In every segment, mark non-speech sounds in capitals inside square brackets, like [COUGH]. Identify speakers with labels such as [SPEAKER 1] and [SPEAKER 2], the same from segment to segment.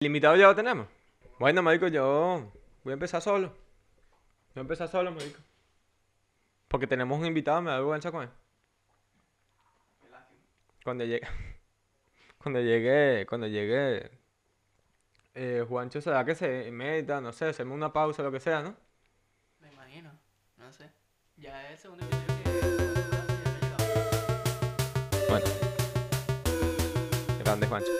[SPEAKER 1] El invitado ya lo tenemos. Bueno, marico, yo voy a empezar solo. Voy a empezar solo, marico. Porque tenemos un invitado, me da vergüenza con él. Cuando llegue... [LAUGHS] Cuando llegue... Cuando llegue... eh, Juancho será que se meta, no sé, hacemos una pausa, lo que sea, ¿no?
[SPEAKER 2] Me imagino, no sé. Ya es el segundo episodio que.
[SPEAKER 1] Bueno. Grande Juancho.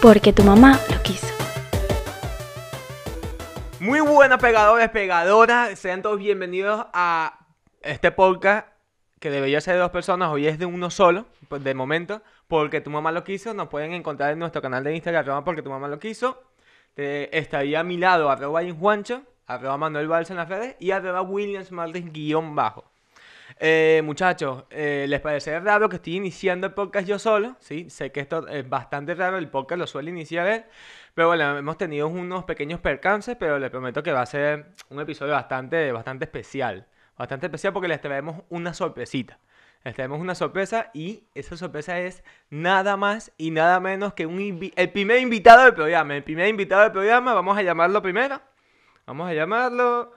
[SPEAKER 3] Porque tu mamá lo quiso.
[SPEAKER 1] Muy buenas pegadores, pegadoras, sean todos bienvenidos a este podcast que debería ser de dos personas, hoy es de uno solo, pues, de momento, porque tu mamá lo quiso, nos pueden encontrar en nuestro canal de Instagram, arroba porque tu mamá lo quiso, Eh, estaría a mi lado, arroba Juancho, arroba Manuel Balsa en las redes y arroba Williams Martins guión bajo. Eh, muchachos, eh, ¿les parece raro que estoy iniciando el podcast yo solo? Sí, sé que esto es bastante raro, el podcast lo suele iniciar él, pero bueno, hemos tenido unos pequeños percances, pero les prometo que va a ser un episodio bastante, bastante especial. Bastante especial porque les traemos una sorpresita. Les traemos una sorpresa y esa sorpresa es nada más y nada menos que un invi- el primer invitado del programa. El primer invitado del programa, vamos a llamarlo primero. Vamos a llamarlo.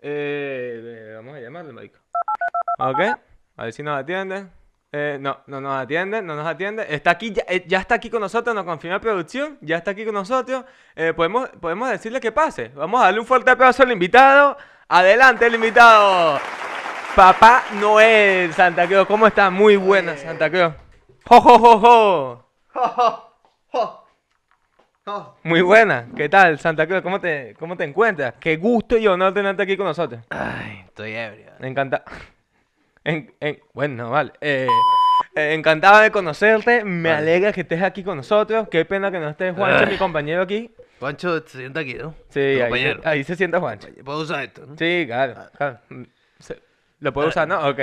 [SPEAKER 1] eh, eh, vamos a llamarlo, marico. Ok, a ver si nos atiende. Eh, no, no nos atiende, no nos atiende. Está aquí, ya, eh, ya está aquí con nosotros, nos confirma producción, ya está aquí con nosotros. Eh, podemos, podemos decirle que pase. Vamos a darle un fuerte aplauso al invitado. Adelante el invitado. Papá Noel, Santa Cruz, ¿cómo está? Muy buena,
[SPEAKER 2] Oye.
[SPEAKER 1] Santa Cruz. Jo, jo, jo, Eh. jo. Muy buena, ¿qué tal, Santa Cruz? ¿Cómo te, ¿Cómo te encuentras? Qué gusto y honor tenerte aquí con nosotros.
[SPEAKER 2] Ay, estoy ebrio.
[SPEAKER 1] Encanta. [LAUGHS] En- en- bueno, vale. Eh, eh, encantado de conocerte. Me
[SPEAKER 2] Vale.
[SPEAKER 1] alegra que estés aquí con nosotros. Qué pena que no esté Juancho, mi compañero aquí.
[SPEAKER 2] Pancho, se sienta aquí, ¿no?
[SPEAKER 1] Sí, Ah. ahí se,
[SPEAKER 2] Compañero.
[SPEAKER 1] ahí se sienta Juancho.
[SPEAKER 2] Puedo usar esto, ¿no?
[SPEAKER 1] Sí, claro. claro. Mm, se- Lo puedo usar, ¿no? Ok.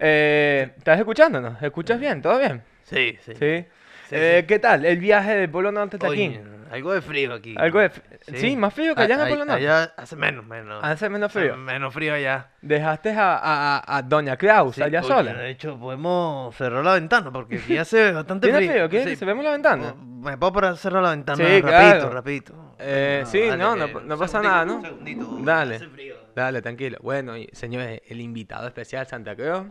[SPEAKER 1] Eh, ¿Estás escuchándonos? ¿Escuchas bien? ¿Todo bien?
[SPEAKER 4] Sí, sí.
[SPEAKER 1] Sí.
[SPEAKER 4] Sí,
[SPEAKER 1] Eh, ¿Qué tal? El viaje del Polo Norte hasta aquí.
[SPEAKER 4] Coño, algo de frío aquí.
[SPEAKER 1] Algo de fr- sí, más frío que allá en el
[SPEAKER 4] A-
[SPEAKER 1] Polo
[SPEAKER 4] a-
[SPEAKER 1] Norte.
[SPEAKER 4] Allá hace menos, menos.
[SPEAKER 1] Hace menos frío.
[SPEAKER 4] Menos frío allá.
[SPEAKER 1] Dejaste a, a- a- a Doña Klaus
[SPEAKER 4] Sí,
[SPEAKER 1] allá
[SPEAKER 4] coño,
[SPEAKER 1] sola.
[SPEAKER 4] De hecho, podemos cerrar la ventana porque aquí hace bastante
[SPEAKER 1] ¿Tiene
[SPEAKER 4] frío.
[SPEAKER 1] frío? ¿Quieres que
[SPEAKER 4] Sí.
[SPEAKER 1] cerremos la ventana?
[SPEAKER 4] Po- Me puedo parar a cerrar la ventana
[SPEAKER 1] Sí,
[SPEAKER 4] rapidito,
[SPEAKER 1] claro.
[SPEAKER 4] rapidito.
[SPEAKER 1] Eh, sí,
[SPEAKER 4] dale,
[SPEAKER 1] no, no
[SPEAKER 4] que
[SPEAKER 1] pa-
[SPEAKER 4] un
[SPEAKER 1] no pasa
[SPEAKER 4] segundito,
[SPEAKER 1] nada, ¿no?
[SPEAKER 4] un segundito,
[SPEAKER 1] Dale.
[SPEAKER 4] hace frío.
[SPEAKER 1] Dale, tranquilo. Bueno, y, señores, el invitado especial, Santa Cruz,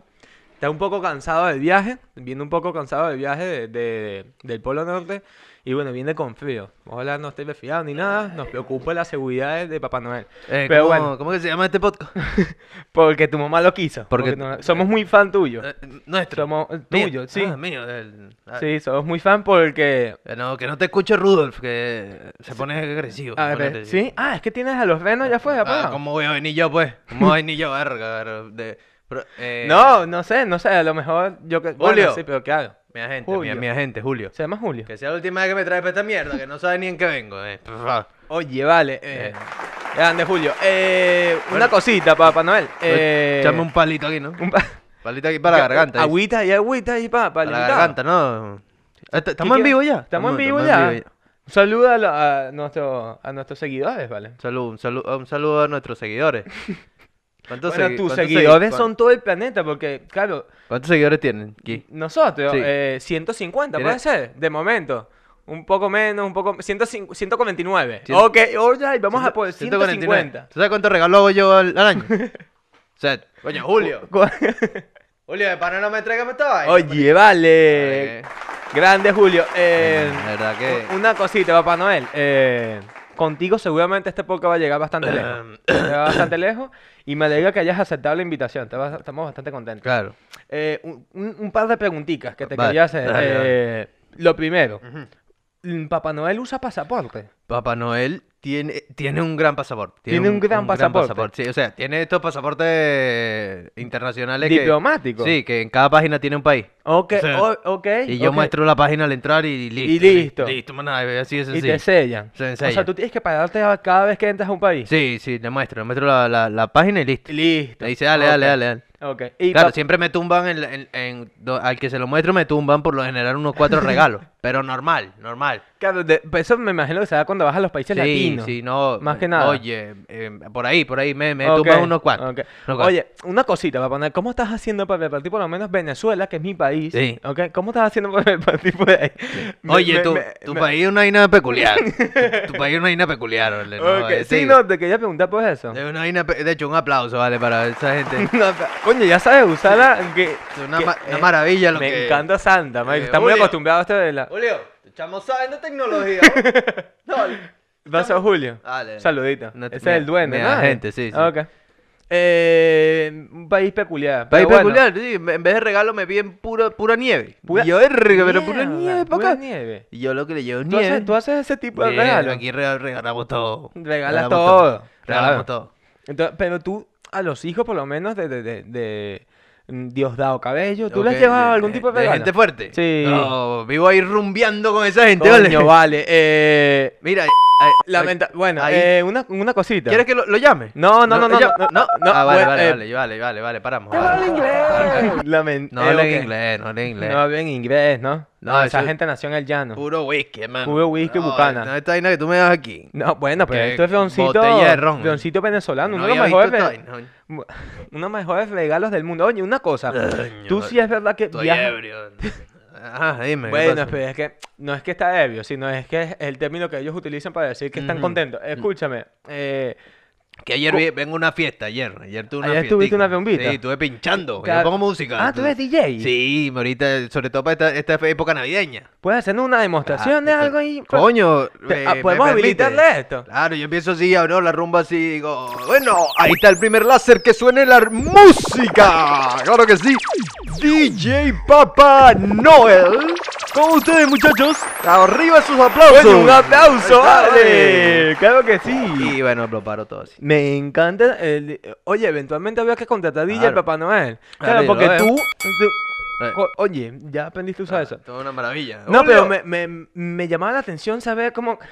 [SPEAKER 1] está un poco cansado del viaje, viene un poco cansado del viaje de- de- del Polo Norte, y bueno, viene con frío. Ojalá no esté resfriado ni nada, nos preocupa la seguridad de, de Papá Noel.
[SPEAKER 4] Eh,
[SPEAKER 1] Pero
[SPEAKER 4] ¿cómo,
[SPEAKER 1] bueno.
[SPEAKER 4] ¿Cómo que se llama
[SPEAKER 1] [LAUGHS]
[SPEAKER 4] este podcast?
[SPEAKER 1] Porque tu mamá lo quiso.
[SPEAKER 4] Porque
[SPEAKER 1] tu mamá- somsomos muy fan tuyo.
[SPEAKER 4] Eh, Nuestro.
[SPEAKER 1] Somos eh,
[SPEAKER 4] Mío.
[SPEAKER 1] tuyo, sí.
[SPEAKER 4] Ah, mío. el- ah,
[SPEAKER 1] Sí, somos muy fan porque...
[SPEAKER 4] eh, no, que no te escuche Rudolf, que se pone agresivo. se
[SPEAKER 1] A
[SPEAKER 4] pone
[SPEAKER 1] ver,
[SPEAKER 4] agresivo.
[SPEAKER 1] ¿sí? Ah, es que tienes a los renos ya fue,
[SPEAKER 4] Ah,
[SPEAKER 1] apagado.
[SPEAKER 4] ¿Cómo voy a venir yo, pues? ¿Cómo voy
[SPEAKER 1] [LAUGHS]
[SPEAKER 4] a venir yo, verga? verga, de- pero, eh,
[SPEAKER 1] No, no sé, no sé, a lo mejor yo... Que... bueno,
[SPEAKER 4] Julio.
[SPEAKER 1] sí, pero claro.
[SPEAKER 4] Mi agente,
[SPEAKER 1] Julio.
[SPEAKER 4] mi, mi agente, Julio.
[SPEAKER 1] Se llama Julio.
[SPEAKER 4] Que sea la última vez que me traes para esta mierda, que no sabe ni en qué vengo. eh, por favor.
[SPEAKER 1] Oye, vale. eh,
[SPEAKER 4] Eh.
[SPEAKER 1] Grande, Julio. Eh, una cosita, Papá Noel. Eh,
[SPEAKER 4] Échame un palito aquí, ¿no?
[SPEAKER 1] un pa-
[SPEAKER 4] Palito aquí [LAUGHS] para la garganta. dice.
[SPEAKER 1] Agüita y agüita y pa, para
[SPEAKER 4] Para
[SPEAKER 1] el
[SPEAKER 4] la
[SPEAKER 1] invitado.
[SPEAKER 4] garganta, ¿no? Est- Estamos
[SPEAKER 1] quieres?
[SPEAKER 4] en vivo ya.
[SPEAKER 1] Estamos en vivo ya. Saluda a lo- a, nuestro- a nuestros seguidores, ¿vale?
[SPEAKER 4] Un saludo, un saludo, un saludo a
[SPEAKER 1] [LAUGHS]
[SPEAKER 4] nuestros seguidores. ¿Cuántos,
[SPEAKER 1] Bueno,
[SPEAKER 4] segui-
[SPEAKER 1] tus
[SPEAKER 4] cuántos segui-
[SPEAKER 1] seguidores
[SPEAKER 4] cuán-
[SPEAKER 1] son todo el planeta, porque, claro,
[SPEAKER 4] ¿Cuántos seguidores tienen aquí?
[SPEAKER 1] nosotros,
[SPEAKER 4] Sí.
[SPEAKER 1] eh, 150,
[SPEAKER 4] Tiene-
[SPEAKER 1] puede ser, de momento. Un poco menos, un poco... 105 149.
[SPEAKER 4] Cien-
[SPEAKER 1] Ok, all right, vamos a poner
[SPEAKER 4] 149.
[SPEAKER 1] 150.
[SPEAKER 4] ¿Tú sabes cuánto regalo hago yo al,
[SPEAKER 1] [LAUGHS]
[SPEAKER 4] al año? o sea, coño, Julio. Julio, de pana no me traigas esta vaina.
[SPEAKER 1] Oye, vale.
[SPEAKER 4] Eh,
[SPEAKER 1] Grande, Julio. Eh,
[SPEAKER 4] la verdad que...
[SPEAKER 1] U- Una cosita, Papá Noel. eh, contigo seguramente este podcast va a llegar
[SPEAKER 4] Eh,
[SPEAKER 1] bastante lejos. Llega bastante lejos. Y me alegra que hayas aceptado la invitación. te vas- Estamos bastante contentos.
[SPEAKER 4] Claro.
[SPEAKER 1] Eh, un, un- un par de preguntitas que te
[SPEAKER 4] Vale,
[SPEAKER 1] quería hacer.
[SPEAKER 4] dale, dale.
[SPEAKER 1] Eh, Lo primero. mm, ¿Papá Noel usa pasaporte?
[SPEAKER 4] Papá Noel tiene, tiene un gran pasaporte.
[SPEAKER 1] Tiene un gran pasaporte.
[SPEAKER 4] Sí, o sea, tiene estos pasaportes internacionales que...
[SPEAKER 1] ¿Diplomático?
[SPEAKER 4] Sí, que en cada página tiene un país.
[SPEAKER 1] Ok,
[SPEAKER 4] O sea,
[SPEAKER 1] o- ok.
[SPEAKER 4] Y yo
[SPEAKER 1] Eh, ok.
[SPEAKER 4] muestro la página al entrar y listo.
[SPEAKER 1] Y listo.
[SPEAKER 4] Listo, más nada, así es
[SPEAKER 1] Y te
[SPEAKER 4] sencillo.
[SPEAKER 1] sellan.
[SPEAKER 4] Se
[SPEAKER 1] O sea,
[SPEAKER 4] enseña.
[SPEAKER 1] tú tienes que pararte a- cada vez que entras a un país.
[SPEAKER 4] Sí, sí, le muestro, le muestro la, la, la página y listo.
[SPEAKER 1] Listo. Ah,
[SPEAKER 4] Le dice, dale,
[SPEAKER 1] Ok.
[SPEAKER 4] dale, dale, dale.
[SPEAKER 1] Ok. Y
[SPEAKER 4] Claro,
[SPEAKER 1] pa-
[SPEAKER 4] siempre me tumban, en, en- en- do- al que se lo muestro me tumban por lo general unos
[SPEAKER 1] [LAUGHS]
[SPEAKER 4] cuatro regalos, pero normal, normal.
[SPEAKER 1] claro, de- pues eso me imagino que se da cuando vas a los países
[SPEAKER 4] sí,
[SPEAKER 1] latinos.
[SPEAKER 4] sí, no.
[SPEAKER 1] Más que nada.
[SPEAKER 4] Oye, eh, por ahí, por ahí, me, me
[SPEAKER 1] Ok,
[SPEAKER 4] tumban unos cuatro.
[SPEAKER 1] ok.
[SPEAKER 4] unos cuatro.
[SPEAKER 1] Oye, una cosita para poner, ¿cómo estás haciendo para repartir por lo menos Venezuela, que es mi país?
[SPEAKER 4] Sí.
[SPEAKER 1] ¿ok? ¿Cómo estás haciendo para repartir por ahí? Me-
[SPEAKER 4] Oye,
[SPEAKER 1] me-
[SPEAKER 4] tu,
[SPEAKER 1] me-
[SPEAKER 4] tu
[SPEAKER 1] me-
[SPEAKER 4] país es una
[SPEAKER 1] [LAUGHS]
[SPEAKER 4] vaina peculiar. tu, tu país es una vaina peculiar, vale, no,
[SPEAKER 1] ok,
[SPEAKER 4] eh,
[SPEAKER 1] Sí, no, te quería preguntar por eso.
[SPEAKER 4] es una vaina pe- de hecho, un aplauso, vale, para esa
[SPEAKER 1] [LAUGHS]
[SPEAKER 4] gente.
[SPEAKER 1] No, ca- coño, ya sabes usarla. Que,
[SPEAKER 4] Es una,
[SPEAKER 1] que-
[SPEAKER 4] ma- una
[SPEAKER 1] eh,
[SPEAKER 4] maravilla lo
[SPEAKER 1] me
[SPEAKER 4] que...
[SPEAKER 1] encanta Santa, marico,
[SPEAKER 4] Eh,
[SPEAKER 1] está muy
[SPEAKER 4] Julio.
[SPEAKER 1] acostumbrado a esto de la.
[SPEAKER 4] Julio, echamos saben de
[SPEAKER 1] [LAUGHS]
[SPEAKER 4] tecnología. Dale.
[SPEAKER 1] Vaso Julio.
[SPEAKER 4] Dale.
[SPEAKER 1] Saludito.
[SPEAKER 4] No te-
[SPEAKER 1] Ese es el
[SPEAKER 4] mira,
[SPEAKER 1] duende,
[SPEAKER 4] mira,
[SPEAKER 1] ¿no?
[SPEAKER 4] gente, sí, sí.
[SPEAKER 1] Ok. Eh, un país peculiar.
[SPEAKER 4] País
[SPEAKER 1] pero bueno.
[SPEAKER 4] peculiar, sí, en vez de regalo me piden pura, pura nieve.
[SPEAKER 1] Pura-
[SPEAKER 4] Y yo, erga, pero pura
[SPEAKER 1] Mierda,
[SPEAKER 4] nieve pa'
[SPEAKER 1] pura
[SPEAKER 4] acá.
[SPEAKER 1] nieve.
[SPEAKER 4] Y yo lo que le llevo es
[SPEAKER 1] ¿Tú
[SPEAKER 4] nieve.
[SPEAKER 1] haces, tú haces ese tipo de
[SPEAKER 4] Mierda,
[SPEAKER 1] regalos.
[SPEAKER 4] Aquí rega- regalamos todo.
[SPEAKER 1] Regalas
[SPEAKER 4] Regalamos
[SPEAKER 1] todo. Claro.
[SPEAKER 4] Regalamos todo.
[SPEAKER 1] Entonces, pero tú, a los hijos por lo menos de, de, de, de mm, Diosdado Cabello, ¿tú les
[SPEAKER 4] Ok,
[SPEAKER 1] has llevado
[SPEAKER 4] de-
[SPEAKER 1] algún tipo de
[SPEAKER 4] de
[SPEAKER 1] regalo?
[SPEAKER 4] gente fuerte?
[SPEAKER 1] Sí.
[SPEAKER 4] No, vivo ahí rumbeando con esa gente, ¿vale?
[SPEAKER 1] Coño, vale. Eh,
[SPEAKER 4] [LAUGHS] Mira, eh,
[SPEAKER 1] lamenta- bueno,
[SPEAKER 4] ahí-
[SPEAKER 1] eh, una, una cosita.
[SPEAKER 4] ¿quieres que lo, lo llame?
[SPEAKER 1] No, no, no, no,
[SPEAKER 4] ¿lo llama?
[SPEAKER 1] no,
[SPEAKER 4] no.
[SPEAKER 1] no,
[SPEAKER 4] Ah, vale,
[SPEAKER 1] bueno,
[SPEAKER 4] vale,
[SPEAKER 1] eh,
[SPEAKER 4] vale, vale, vale, vale, paramos.
[SPEAKER 1] ¡Te
[SPEAKER 4] vale.
[SPEAKER 1] habla inglés! [LAUGHS] Lamen-
[SPEAKER 4] No
[SPEAKER 1] eh,
[SPEAKER 4] hablen
[SPEAKER 1] ok.
[SPEAKER 4] inglés, no hablen inglés.
[SPEAKER 1] No hablen inglés, ¿no?
[SPEAKER 4] No,
[SPEAKER 1] esa
[SPEAKER 4] eso-
[SPEAKER 1] gente nació en el llano.
[SPEAKER 4] Puro whisky, hermano.
[SPEAKER 1] Puro whisky,
[SPEAKER 4] No,
[SPEAKER 1] bucana.
[SPEAKER 4] No, esta vaina que tú me das aquí.
[SPEAKER 1] No, bueno, pero
[SPEAKER 4] Que
[SPEAKER 1] esto es roncito,
[SPEAKER 4] botella de ron, eh.
[SPEAKER 1] roncito venezolano, uno, de
[SPEAKER 4] había
[SPEAKER 1] los mejores
[SPEAKER 4] visto
[SPEAKER 1] re-
[SPEAKER 4] esta vaina.
[SPEAKER 1] mu- [LAUGHS] uno de los mejores regalos del mundo. Oye, una cosa,
[SPEAKER 4] Coño,
[SPEAKER 1] tú sí es verdad que
[SPEAKER 4] Estoy
[SPEAKER 1] viajas...
[SPEAKER 4] ebrio. Ajá, dime. ¿qué
[SPEAKER 1] Bueno,
[SPEAKER 4] pasa?
[SPEAKER 1] pero es que no es que está ebrio, sino es que es el término que ellos utilizan para decir que están
[SPEAKER 4] Ujú.
[SPEAKER 1] contentos. Escúchame, eh,
[SPEAKER 4] Que ayer
[SPEAKER 1] co-
[SPEAKER 4] vi- vengo a una fiesta, ayer. Ayer tuve una
[SPEAKER 1] Ayer tuviste
[SPEAKER 4] fiestica.
[SPEAKER 1] una rumbita.
[SPEAKER 4] Sí, estuve pinchando.
[SPEAKER 1] Claro.
[SPEAKER 4] Yo pongo música.
[SPEAKER 1] Ah, ¿tú eres DJ?
[SPEAKER 4] Sí, ahorita, sobre todo para esta, esta época navideña.
[SPEAKER 1] ¿puedes hacernos una demostración de
[SPEAKER 4] Ah,
[SPEAKER 1] algo ahí?
[SPEAKER 4] Coño,
[SPEAKER 1] Te-
[SPEAKER 4] eh,
[SPEAKER 1] ah,
[SPEAKER 4] ¿me
[SPEAKER 1] ¿Podemos
[SPEAKER 4] permites?
[SPEAKER 1] habilitarle esto?
[SPEAKER 4] Claro, yo empiezo así, abro la rumba así, digo, bueno, ahí está el primer láser que suene la música. Claro que sí. DJ Papá Noel. ¿Cómo ustedes, muchachos? Arriba sus aplausos.
[SPEAKER 1] Coño, un aplauso,
[SPEAKER 4] Ahí está, eh.
[SPEAKER 1] vale. Claro que sí.
[SPEAKER 4] Y bueno, lo paro todo así.
[SPEAKER 1] Me encanta el... Oye, eventualmente había que contratar a DJ
[SPEAKER 4] Claro.
[SPEAKER 1] Papá Noel.
[SPEAKER 4] Claro,
[SPEAKER 1] Claro,
[SPEAKER 4] yo
[SPEAKER 1] porque
[SPEAKER 4] lo veo. Ah.
[SPEAKER 1] tú... tú-
[SPEAKER 4] Eh.
[SPEAKER 1] co- Oye, ya aprendiste a usar eso.
[SPEAKER 4] Todo una maravilla.
[SPEAKER 1] No, pero
[SPEAKER 4] Julio.
[SPEAKER 1] me, me- me llamaba la atención saber cómo... [LAUGHS]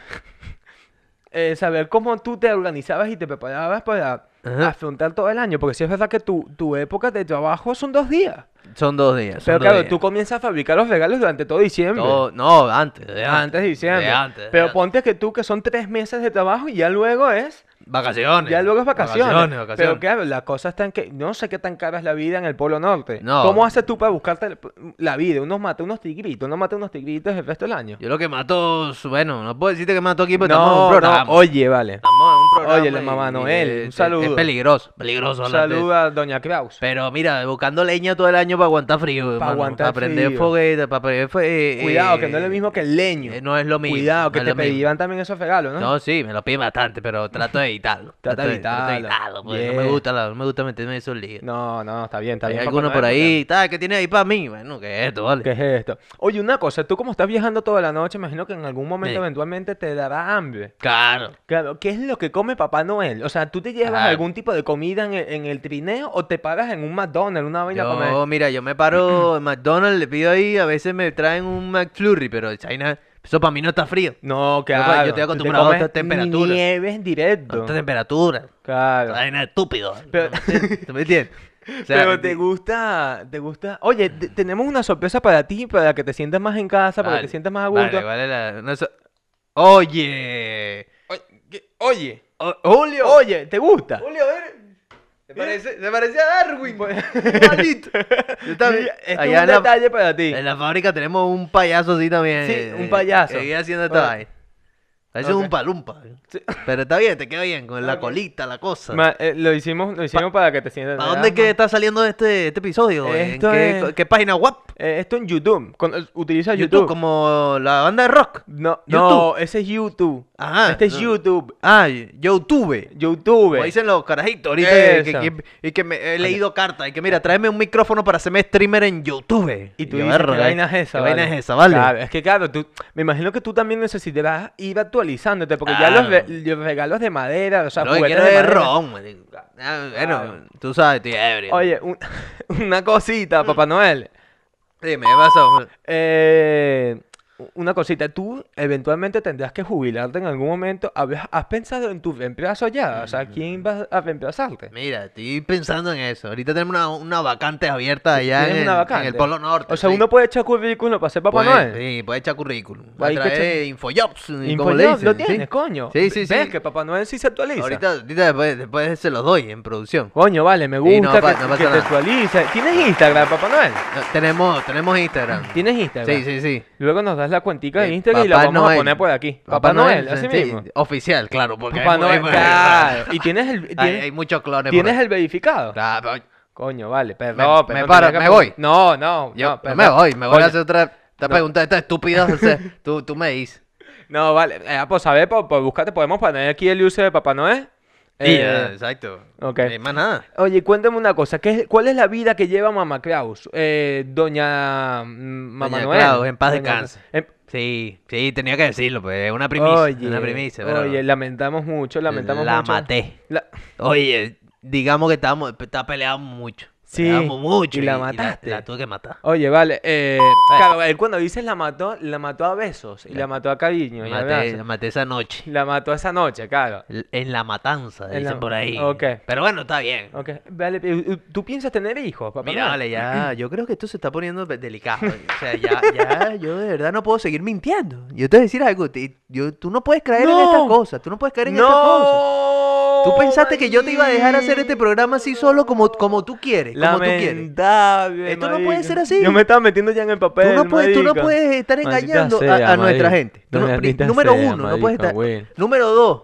[SPEAKER 1] eh, saber cómo tú te organizabas y te preparabas para
[SPEAKER 4] Ajá.
[SPEAKER 1] afrontar todo el año. Porque si es verdad que tu, tu época de trabajo son dos días.
[SPEAKER 4] Son dos días.
[SPEAKER 1] Pero
[SPEAKER 4] son dos
[SPEAKER 1] claro,
[SPEAKER 4] días.
[SPEAKER 1] tú comienzas a fabricar los regalos durante todo diciembre.
[SPEAKER 4] Todo- No, antes. de
[SPEAKER 1] Antes de diciembre.
[SPEAKER 4] de antes, de
[SPEAKER 1] pero
[SPEAKER 4] antes.
[SPEAKER 1] ponte que tú, que son tres meses de trabajo y ya luego es...
[SPEAKER 4] Vacaciones.
[SPEAKER 1] Ya luego es vacaciones.
[SPEAKER 4] Vacaciones, vacaciones.
[SPEAKER 1] Pero claro, la cosa está en que no sé qué tan cara es la vida en el Polo Norte.
[SPEAKER 4] No.
[SPEAKER 1] ¿Cómo haces tú para buscarte el- la vida? Unos mata unos tigritos, unos mata unos tigritos el resto del año.
[SPEAKER 4] Yo lo que mato, bueno, no puedo decirte que mato aquí, pero estamos en
[SPEAKER 1] no,
[SPEAKER 4] un programa.
[SPEAKER 1] no, oye, vale.
[SPEAKER 4] Estamos en un programa.
[SPEAKER 1] Oye, la
[SPEAKER 4] y-
[SPEAKER 1] mamá
[SPEAKER 4] y
[SPEAKER 1] Noel,
[SPEAKER 4] es-
[SPEAKER 1] un
[SPEAKER 4] es- Es
[SPEAKER 1] saludo.
[SPEAKER 4] peligroso, peligroso. hablar de eso.
[SPEAKER 1] Saluda a Doña Kraus.
[SPEAKER 4] Pero mira, buscando leña todo el año para aguantar frío. hermano,
[SPEAKER 1] aguantar
[SPEAKER 4] Para prender
[SPEAKER 1] frío.
[SPEAKER 4] fogueta, para prender fue- eh,
[SPEAKER 1] Cuidado,
[SPEAKER 4] eh,
[SPEAKER 1] que no es lo mismo que el leño.
[SPEAKER 4] eh, no es lo mismo.
[SPEAKER 1] Cuidado,
[SPEAKER 4] no
[SPEAKER 1] que
[SPEAKER 4] es
[SPEAKER 1] te
[SPEAKER 4] lo mismo.
[SPEAKER 1] pedían también esos regalos, ¿no?
[SPEAKER 4] No, sí, me lo piden bastante, pero trato de evitarlo.
[SPEAKER 1] Trata de evitarlo.
[SPEAKER 4] porque no
[SPEAKER 1] Bien.
[SPEAKER 4] me gusta, la- no me gusta meterme en esos líos.
[SPEAKER 1] no, no, está bien, está
[SPEAKER 4] Hay
[SPEAKER 1] bien.
[SPEAKER 4] alguno
[SPEAKER 1] Papá
[SPEAKER 4] por
[SPEAKER 1] Noel,
[SPEAKER 4] ahí, tal, ¿qué tiene ahí para mí? Bueno, ¿qué es esto, vale?
[SPEAKER 1] ¿Qué es esto? Oye, una cosa, tú como estás viajando toda la noche, imagino que en algún momento
[SPEAKER 4] Sí.
[SPEAKER 1] eventualmente te dará hambre.
[SPEAKER 4] Claro.
[SPEAKER 1] Claro, ¿qué es lo que come Papá Noel? O sea, ¿tú te llevas
[SPEAKER 4] Ah.
[SPEAKER 1] algún tipo de comida en el, en el trineo o te paras en un McDonald's, una vaina a
[SPEAKER 4] Yo,
[SPEAKER 1] comer?
[SPEAKER 4] mira, yo me paro en McDonald's, le pido ahí, a veces me traen un McFlurry, pero esa vaina- eso para mí no está frío.
[SPEAKER 1] No,
[SPEAKER 4] yo
[SPEAKER 1] claro.
[SPEAKER 4] estoy
[SPEAKER 1] tú te
[SPEAKER 4] acostumbrado a
[SPEAKER 1] comes
[SPEAKER 4] otras temperaturas.
[SPEAKER 1] Nieves directo.
[SPEAKER 4] Alta temperatura.
[SPEAKER 1] Claro.
[SPEAKER 4] Esa vaina
[SPEAKER 1] [LAUGHS]
[SPEAKER 4] es estúpido.
[SPEAKER 1] Pero-
[SPEAKER 4] ¿Tú
[SPEAKER 1] [LAUGHS]
[SPEAKER 4] me entiendes? O sea,
[SPEAKER 1] Pero te gusta, te gusta. Oye, te- tenemos una sorpresa para ti, para que te sientas más en casa, para que
[SPEAKER 4] vale,
[SPEAKER 1] te sientas más a
[SPEAKER 4] vale,
[SPEAKER 1] gusto.
[SPEAKER 4] vale la- no es- Oye.
[SPEAKER 1] Oye,
[SPEAKER 4] O- Julio.
[SPEAKER 1] oye, ¿te gusta?
[SPEAKER 4] Julio, a ver. ¿Te parece, te parece a Darwin?
[SPEAKER 1] [LAUGHS]
[SPEAKER 4] Igualito. Yo también-
[SPEAKER 1] Mira, Este es
[SPEAKER 4] allá
[SPEAKER 1] un
[SPEAKER 4] en la-
[SPEAKER 1] detalle para ti.
[SPEAKER 4] En la fábrica tenemos un payaso así también.
[SPEAKER 1] Sí,
[SPEAKER 4] eh,
[SPEAKER 1] un payaso.
[SPEAKER 4] Que viene haciendo esta
[SPEAKER 1] Ok.
[SPEAKER 4] vaina. Parece
[SPEAKER 1] Ok.
[SPEAKER 4] un palumpa.
[SPEAKER 1] Sí.
[SPEAKER 4] Pero está bien, te queda bien, con la
[SPEAKER 1] Ok.
[SPEAKER 4] colita, la cosa.
[SPEAKER 1] Ma- eh, lo hicimos, lo hicimos para que te sientas. Ah,
[SPEAKER 4] ¿Para dónde es que está saliendo este, este episodio? ¿En
[SPEAKER 1] Esto
[SPEAKER 4] qué,
[SPEAKER 1] es-
[SPEAKER 4] qué página web?
[SPEAKER 1] Eh, esto en YouTube. con- eh, utiliza
[SPEAKER 4] YouTube,
[SPEAKER 1] YouTube.
[SPEAKER 4] como la banda de rock.
[SPEAKER 1] No, no,
[SPEAKER 4] YouTube.
[SPEAKER 1] ese es YouTube.
[SPEAKER 4] Ajá.
[SPEAKER 1] este es
[SPEAKER 4] no.
[SPEAKER 1] YouTube.
[SPEAKER 4] Ah, YouTube.
[SPEAKER 1] YouTube.
[SPEAKER 4] Como dicen los carajitos ahorita. que-
[SPEAKER 1] Eso.
[SPEAKER 4] que- que- y que me he leído cartas. Y que mira, tráeme un micrófono para hacerme streamer en YouTube.
[SPEAKER 1] Y tú
[SPEAKER 4] yo,
[SPEAKER 1] dices, ¿qué
[SPEAKER 4] verga,
[SPEAKER 1] vaina es esa?
[SPEAKER 4] ¿Qué vaina
[SPEAKER 1] vale?".
[SPEAKER 4] es esa, vale?
[SPEAKER 1] Claro, es que claro, tú, me imagino que tú también necesitarás ir actualizándote, porque ya los,
[SPEAKER 4] Claro.
[SPEAKER 1] re- los regalos de madera, o sea,
[SPEAKER 4] Lo que
[SPEAKER 1] juguetes
[SPEAKER 4] quiero
[SPEAKER 1] de
[SPEAKER 4] es
[SPEAKER 1] madera.
[SPEAKER 4] ron, marico. Ah, bueno,
[SPEAKER 1] Claro.
[SPEAKER 4] tú sabes, estoy ebrio.
[SPEAKER 1] Oye, un- [LAUGHS] una cosita, Papá Noel.
[SPEAKER 4] Dime, ¿qué pasó?
[SPEAKER 1] Eh, una cosita. Tú eventualmente tendrás que jubilarte en algún momento. ¿Habías- ¿Has pensado en tu reemplazo ya? O sea, ¿quién va a reemplazarte?
[SPEAKER 4] Mira, estoy pensando en eso. Ahorita tenemos una, una vacante abierta allá en,
[SPEAKER 1] Tienes
[SPEAKER 4] el-
[SPEAKER 1] una
[SPEAKER 4] en
[SPEAKER 1] vacante.
[SPEAKER 4] el Polo Norte.
[SPEAKER 1] O sea,
[SPEAKER 4] sí.
[SPEAKER 1] uno puede echar currículum para ser Papá
[SPEAKER 4] puede,
[SPEAKER 1] Noel.
[SPEAKER 4] Sí, puede echar currículum. A
[SPEAKER 1] Hay que
[SPEAKER 4] través
[SPEAKER 1] echar-
[SPEAKER 4] de Infojobs,
[SPEAKER 1] Y
[SPEAKER 4] como
[SPEAKER 1] coño,
[SPEAKER 4] le dicen.
[SPEAKER 1] lo
[SPEAKER 4] sí.
[SPEAKER 1] tienes, coño.
[SPEAKER 4] Sí, sí,
[SPEAKER 1] ¿Ves
[SPEAKER 4] sí.
[SPEAKER 1] que Papá Noel sí se actualiza?
[SPEAKER 4] Ahorita, ahorita después, después se los doy en producción.
[SPEAKER 1] Coño, vale, me
[SPEAKER 4] Sí, no
[SPEAKER 1] gusta
[SPEAKER 4] pa-
[SPEAKER 1] que,
[SPEAKER 4] no pasa
[SPEAKER 1] que te
[SPEAKER 4] nada.
[SPEAKER 1] actualice. ¿Tienes Instagram, Papá Noel?
[SPEAKER 4] No, tenemos, tenemos Instagram.
[SPEAKER 1] ¿Tienes Instagram?
[SPEAKER 4] Sí, sí, sí.
[SPEAKER 1] Luego nos das la cuentica de
[SPEAKER 4] Eh,
[SPEAKER 1] Instagram y la
[SPEAKER 4] Papá
[SPEAKER 1] vamos a
[SPEAKER 4] Noel.
[SPEAKER 1] poner por aquí. Papá, Noel, así
[SPEAKER 4] sí,
[SPEAKER 1] mismo.
[SPEAKER 4] Oficial, claro, porque
[SPEAKER 1] Papá
[SPEAKER 4] hay, mu-
[SPEAKER 1] Noel,
[SPEAKER 4] hay mu-
[SPEAKER 1] claro.
[SPEAKER 4] [LAUGHS]
[SPEAKER 1] Y tienes el,
[SPEAKER 4] Hay,
[SPEAKER 1] tienes,
[SPEAKER 4] hay muchos clones. por
[SPEAKER 1] tienes
[SPEAKER 4] ahí. Ah,
[SPEAKER 1] el verificado.
[SPEAKER 4] Claro,
[SPEAKER 1] Coño, vale, perdón.
[SPEAKER 4] me
[SPEAKER 1] perdón,
[SPEAKER 4] paro,
[SPEAKER 1] tenía que
[SPEAKER 4] me
[SPEAKER 1] apu-
[SPEAKER 4] voy.
[SPEAKER 1] No, no,
[SPEAKER 4] yo
[SPEAKER 1] no, perdón.
[SPEAKER 4] me voy, me voy
[SPEAKER 1] Coño,
[SPEAKER 4] a hacer otra, esta
[SPEAKER 1] no.
[SPEAKER 4] pregunta, esta estúpida. o sea, tú, tú me dices.
[SPEAKER 1] No, vale, eh, pues a ver, pues, pues, búscate, podemos poner aquí el user de Papá Noel. [LAUGHS]
[SPEAKER 4] Sí,
[SPEAKER 1] Eh,
[SPEAKER 4] ya, exacto.
[SPEAKER 1] ok.
[SPEAKER 4] No hay más nada.
[SPEAKER 1] Oye, cuéntame una cosa, ¿qué es- ¿cuál es la vida que lleva Mamá Klaus? Eh, doña mm, Mamá
[SPEAKER 4] Doña
[SPEAKER 1] Noel.
[SPEAKER 4] Klaus, en paz
[SPEAKER 1] Doña-
[SPEAKER 4] descanse.
[SPEAKER 1] en-
[SPEAKER 4] Sí, sí, tenía que decirlo, pues. Una primicia.
[SPEAKER 1] oye,
[SPEAKER 4] una primicia, pero.
[SPEAKER 1] oye, lamentamos mucho, lamentamos
[SPEAKER 4] la
[SPEAKER 1] mucho.
[SPEAKER 4] maté.
[SPEAKER 1] La-
[SPEAKER 4] Oye, digamos que estábamos, está peleando mucho.
[SPEAKER 1] Sí,
[SPEAKER 4] Peleamos mucho.
[SPEAKER 1] y la mataste.
[SPEAKER 4] La, tuve que matar.
[SPEAKER 1] Oye, vale, eh, claro, él cuando dices la mató, la mató a besos y la mató a cariño. y
[SPEAKER 4] Maté-
[SPEAKER 1] abrazos.
[SPEAKER 4] Eh. la maté esa noche.
[SPEAKER 1] La mató esa noche, claro.
[SPEAKER 4] L- En la matanza,
[SPEAKER 1] En la-
[SPEAKER 4] dicen por ahí.
[SPEAKER 1] ok.
[SPEAKER 4] Pero bueno, está bien.
[SPEAKER 1] Ok, vale, pero, eh, ¿tú piensas tener hijos, papá?
[SPEAKER 4] Mira,
[SPEAKER 1] Noel? [CLEARS THROAT]
[SPEAKER 4] vale, ya, yo creo que esto se está poniendo pe- delicado. O sea, ya, ya, yo de verdad no puedo seguir mintiendo. Yo te voy a decir algo, te- yo, tú no puedes creer en
[SPEAKER 1] No.
[SPEAKER 4] estas cosas, tú no puedes creer en estas cosas.
[SPEAKER 1] No.
[SPEAKER 4] Tú pensaste que yo te iba a dejar hacer este programa así solo como, como tú quieres, como tú quieres.
[SPEAKER 1] Lamentable,
[SPEAKER 4] Esto no puede
[SPEAKER 1] marico.
[SPEAKER 4] ser así.
[SPEAKER 1] Yo me estaba metiendo ya en el papel.
[SPEAKER 4] Tú no, puedes, tú no
[SPEAKER 1] marico.
[SPEAKER 4] puedes estar
[SPEAKER 1] Maldita
[SPEAKER 4] engañando a-
[SPEAKER 1] sea,
[SPEAKER 4] a,
[SPEAKER 1] marico.
[SPEAKER 4] nuestra gente. Tú no- pri-
[SPEAKER 1] Maldita
[SPEAKER 4] número
[SPEAKER 1] sea,
[SPEAKER 4] uno, no puedes
[SPEAKER 1] marico,
[SPEAKER 4] estar.
[SPEAKER 1] güey.
[SPEAKER 4] Número
[SPEAKER 1] [LAUGHS]
[SPEAKER 4] dos,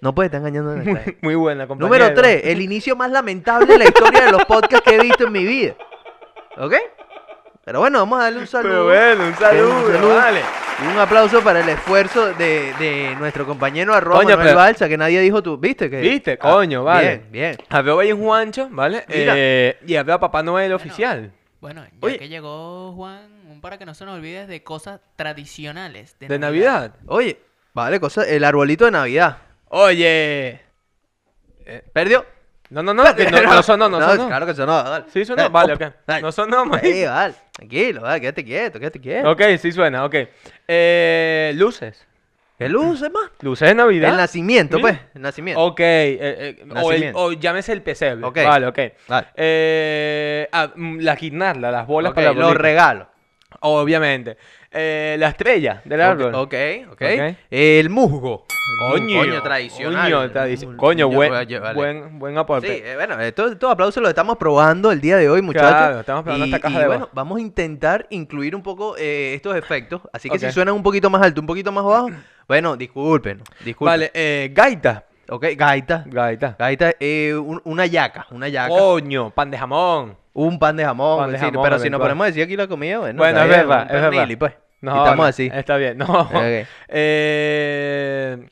[SPEAKER 4] no puedes estar engañando a nuestra gente.
[SPEAKER 1] [LAUGHS] Muy buena, [LAUGHS] compañero.
[SPEAKER 4] Número tres, el inicio más lamentable de la historia de los podcasts que he visto en mi vida. ¿Ok? Pero bueno, vamos a darle un
[SPEAKER 1] Pero
[SPEAKER 4] saludo.
[SPEAKER 1] bueno, un saludo,
[SPEAKER 4] Un saludo.
[SPEAKER 1] vale.
[SPEAKER 4] Y un aplauso para el esfuerzo de, de nuestro compañero arroba
[SPEAKER 1] Coño,
[SPEAKER 4] Manuel
[SPEAKER 1] pero-
[SPEAKER 4] Balsa, que nadie dijo tú. ¿Viste? Que...
[SPEAKER 1] Viste, coño, vale.
[SPEAKER 4] Ah, Bien, bien.
[SPEAKER 1] Habló ahí en Juancho, ¿vale?
[SPEAKER 4] Mira.
[SPEAKER 1] Eh, y habló a Papá Noel oficial.
[SPEAKER 2] Bueno, ya
[SPEAKER 1] Oye.
[SPEAKER 2] que llegó Juan, un para que no se nos olvides de cosas tradicionales de,
[SPEAKER 1] De Navidad.
[SPEAKER 4] Oye, vale, cosa, el arbolito de Navidad.
[SPEAKER 1] Oye. Eh.
[SPEAKER 4] ¿Perdió?
[SPEAKER 1] No,
[SPEAKER 4] [LAUGHS]
[SPEAKER 1] no, no, que no, no sonó, no, sonó.
[SPEAKER 4] Claro que sonó. Vale.
[SPEAKER 1] Sí sonó,
[SPEAKER 4] Eh,
[SPEAKER 1] vale,
[SPEAKER 4] opa,
[SPEAKER 1] ok.
[SPEAKER 4] [LAUGHS] dale.
[SPEAKER 1] No sonó,
[SPEAKER 4] Sí,
[SPEAKER 1] marico.
[SPEAKER 4] vale. Tranquilo, vale, quédate quieto, quédate quieto.
[SPEAKER 1] Ok, sí suena, ok. Eh, luces.
[SPEAKER 4] ¿Qué luces, más?
[SPEAKER 1] Luces de Navidad.
[SPEAKER 4] El nacimiento,
[SPEAKER 1] Mira.
[SPEAKER 4] pues. El nacimiento.
[SPEAKER 1] Ok, eh, eh, o, el-
[SPEAKER 4] Nacimiento.
[SPEAKER 1] o llámese el pesebre.
[SPEAKER 4] Ok.
[SPEAKER 1] Vale, ok.
[SPEAKER 4] Vale.
[SPEAKER 1] Eh, ah, mm, las guirnaldas, las bolas
[SPEAKER 4] Ok,
[SPEAKER 1] para la
[SPEAKER 4] los
[SPEAKER 1] bolita.
[SPEAKER 4] regalos.
[SPEAKER 1] Obviamente. Eh, la estrella del árbol.
[SPEAKER 4] Ok, ok.
[SPEAKER 1] Ok.
[SPEAKER 4] El musgo.
[SPEAKER 1] Coño,
[SPEAKER 4] tradicional.
[SPEAKER 1] Coño, tradici- coño,
[SPEAKER 4] Yo-
[SPEAKER 1] buen,
[SPEAKER 4] yo- vale.
[SPEAKER 1] buen, buen
[SPEAKER 4] Sí,
[SPEAKER 1] aporte.
[SPEAKER 4] eh, bueno, eh, todo, todo aplauso lo estamos probando el día de hoy, muchachos.
[SPEAKER 1] Claro, estamos probando
[SPEAKER 4] y,
[SPEAKER 1] esta caja
[SPEAKER 4] y
[SPEAKER 1] de
[SPEAKER 4] bueno,
[SPEAKER 1] voz.
[SPEAKER 4] vamos a intentar incluir un poco eh, estos efectos. Así que
[SPEAKER 1] Ok.
[SPEAKER 4] si suenan un poquito más alto, un poquito más bajo, bueno, disculpen. Disculpen.
[SPEAKER 1] Vale, eh, gaita.
[SPEAKER 4] Ok, gaita.
[SPEAKER 1] Gaita.
[SPEAKER 4] Gaita, eh, un- una yaca. Una yaca.
[SPEAKER 1] Coño, pan de jamón.
[SPEAKER 4] Un pan de
[SPEAKER 1] Oh.
[SPEAKER 4] jamón,
[SPEAKER 1] Pan de
[SPEAKER 4] sí,
[SPEAKER 1] jamón
[SPEAKER 4] pero si nos
[SPEAKER 1] eventual.
[SPEAKER 4] ponemos a decir aquí la comida, bueno.
[SPEAKER 1] Bueno,
[SPEAKER 4] está
[SPEAKER 1] es
[SPEAKER 4] bien,
[SPEAKER 1] verdad,
[SPEAKER 4] un
[SPEAKER 1] es verdad.
[SPEAKER 4] pernil y pues, y
[SPEAKER 1] No,
[SPEAKER 4] estamos
[SPEAKER 1] no,
[SPEAKER 4] así.
[SPEAKER 1] Está bien, no.
[SPEAKER 4] Ok.
[SPEAKER 1] Eh,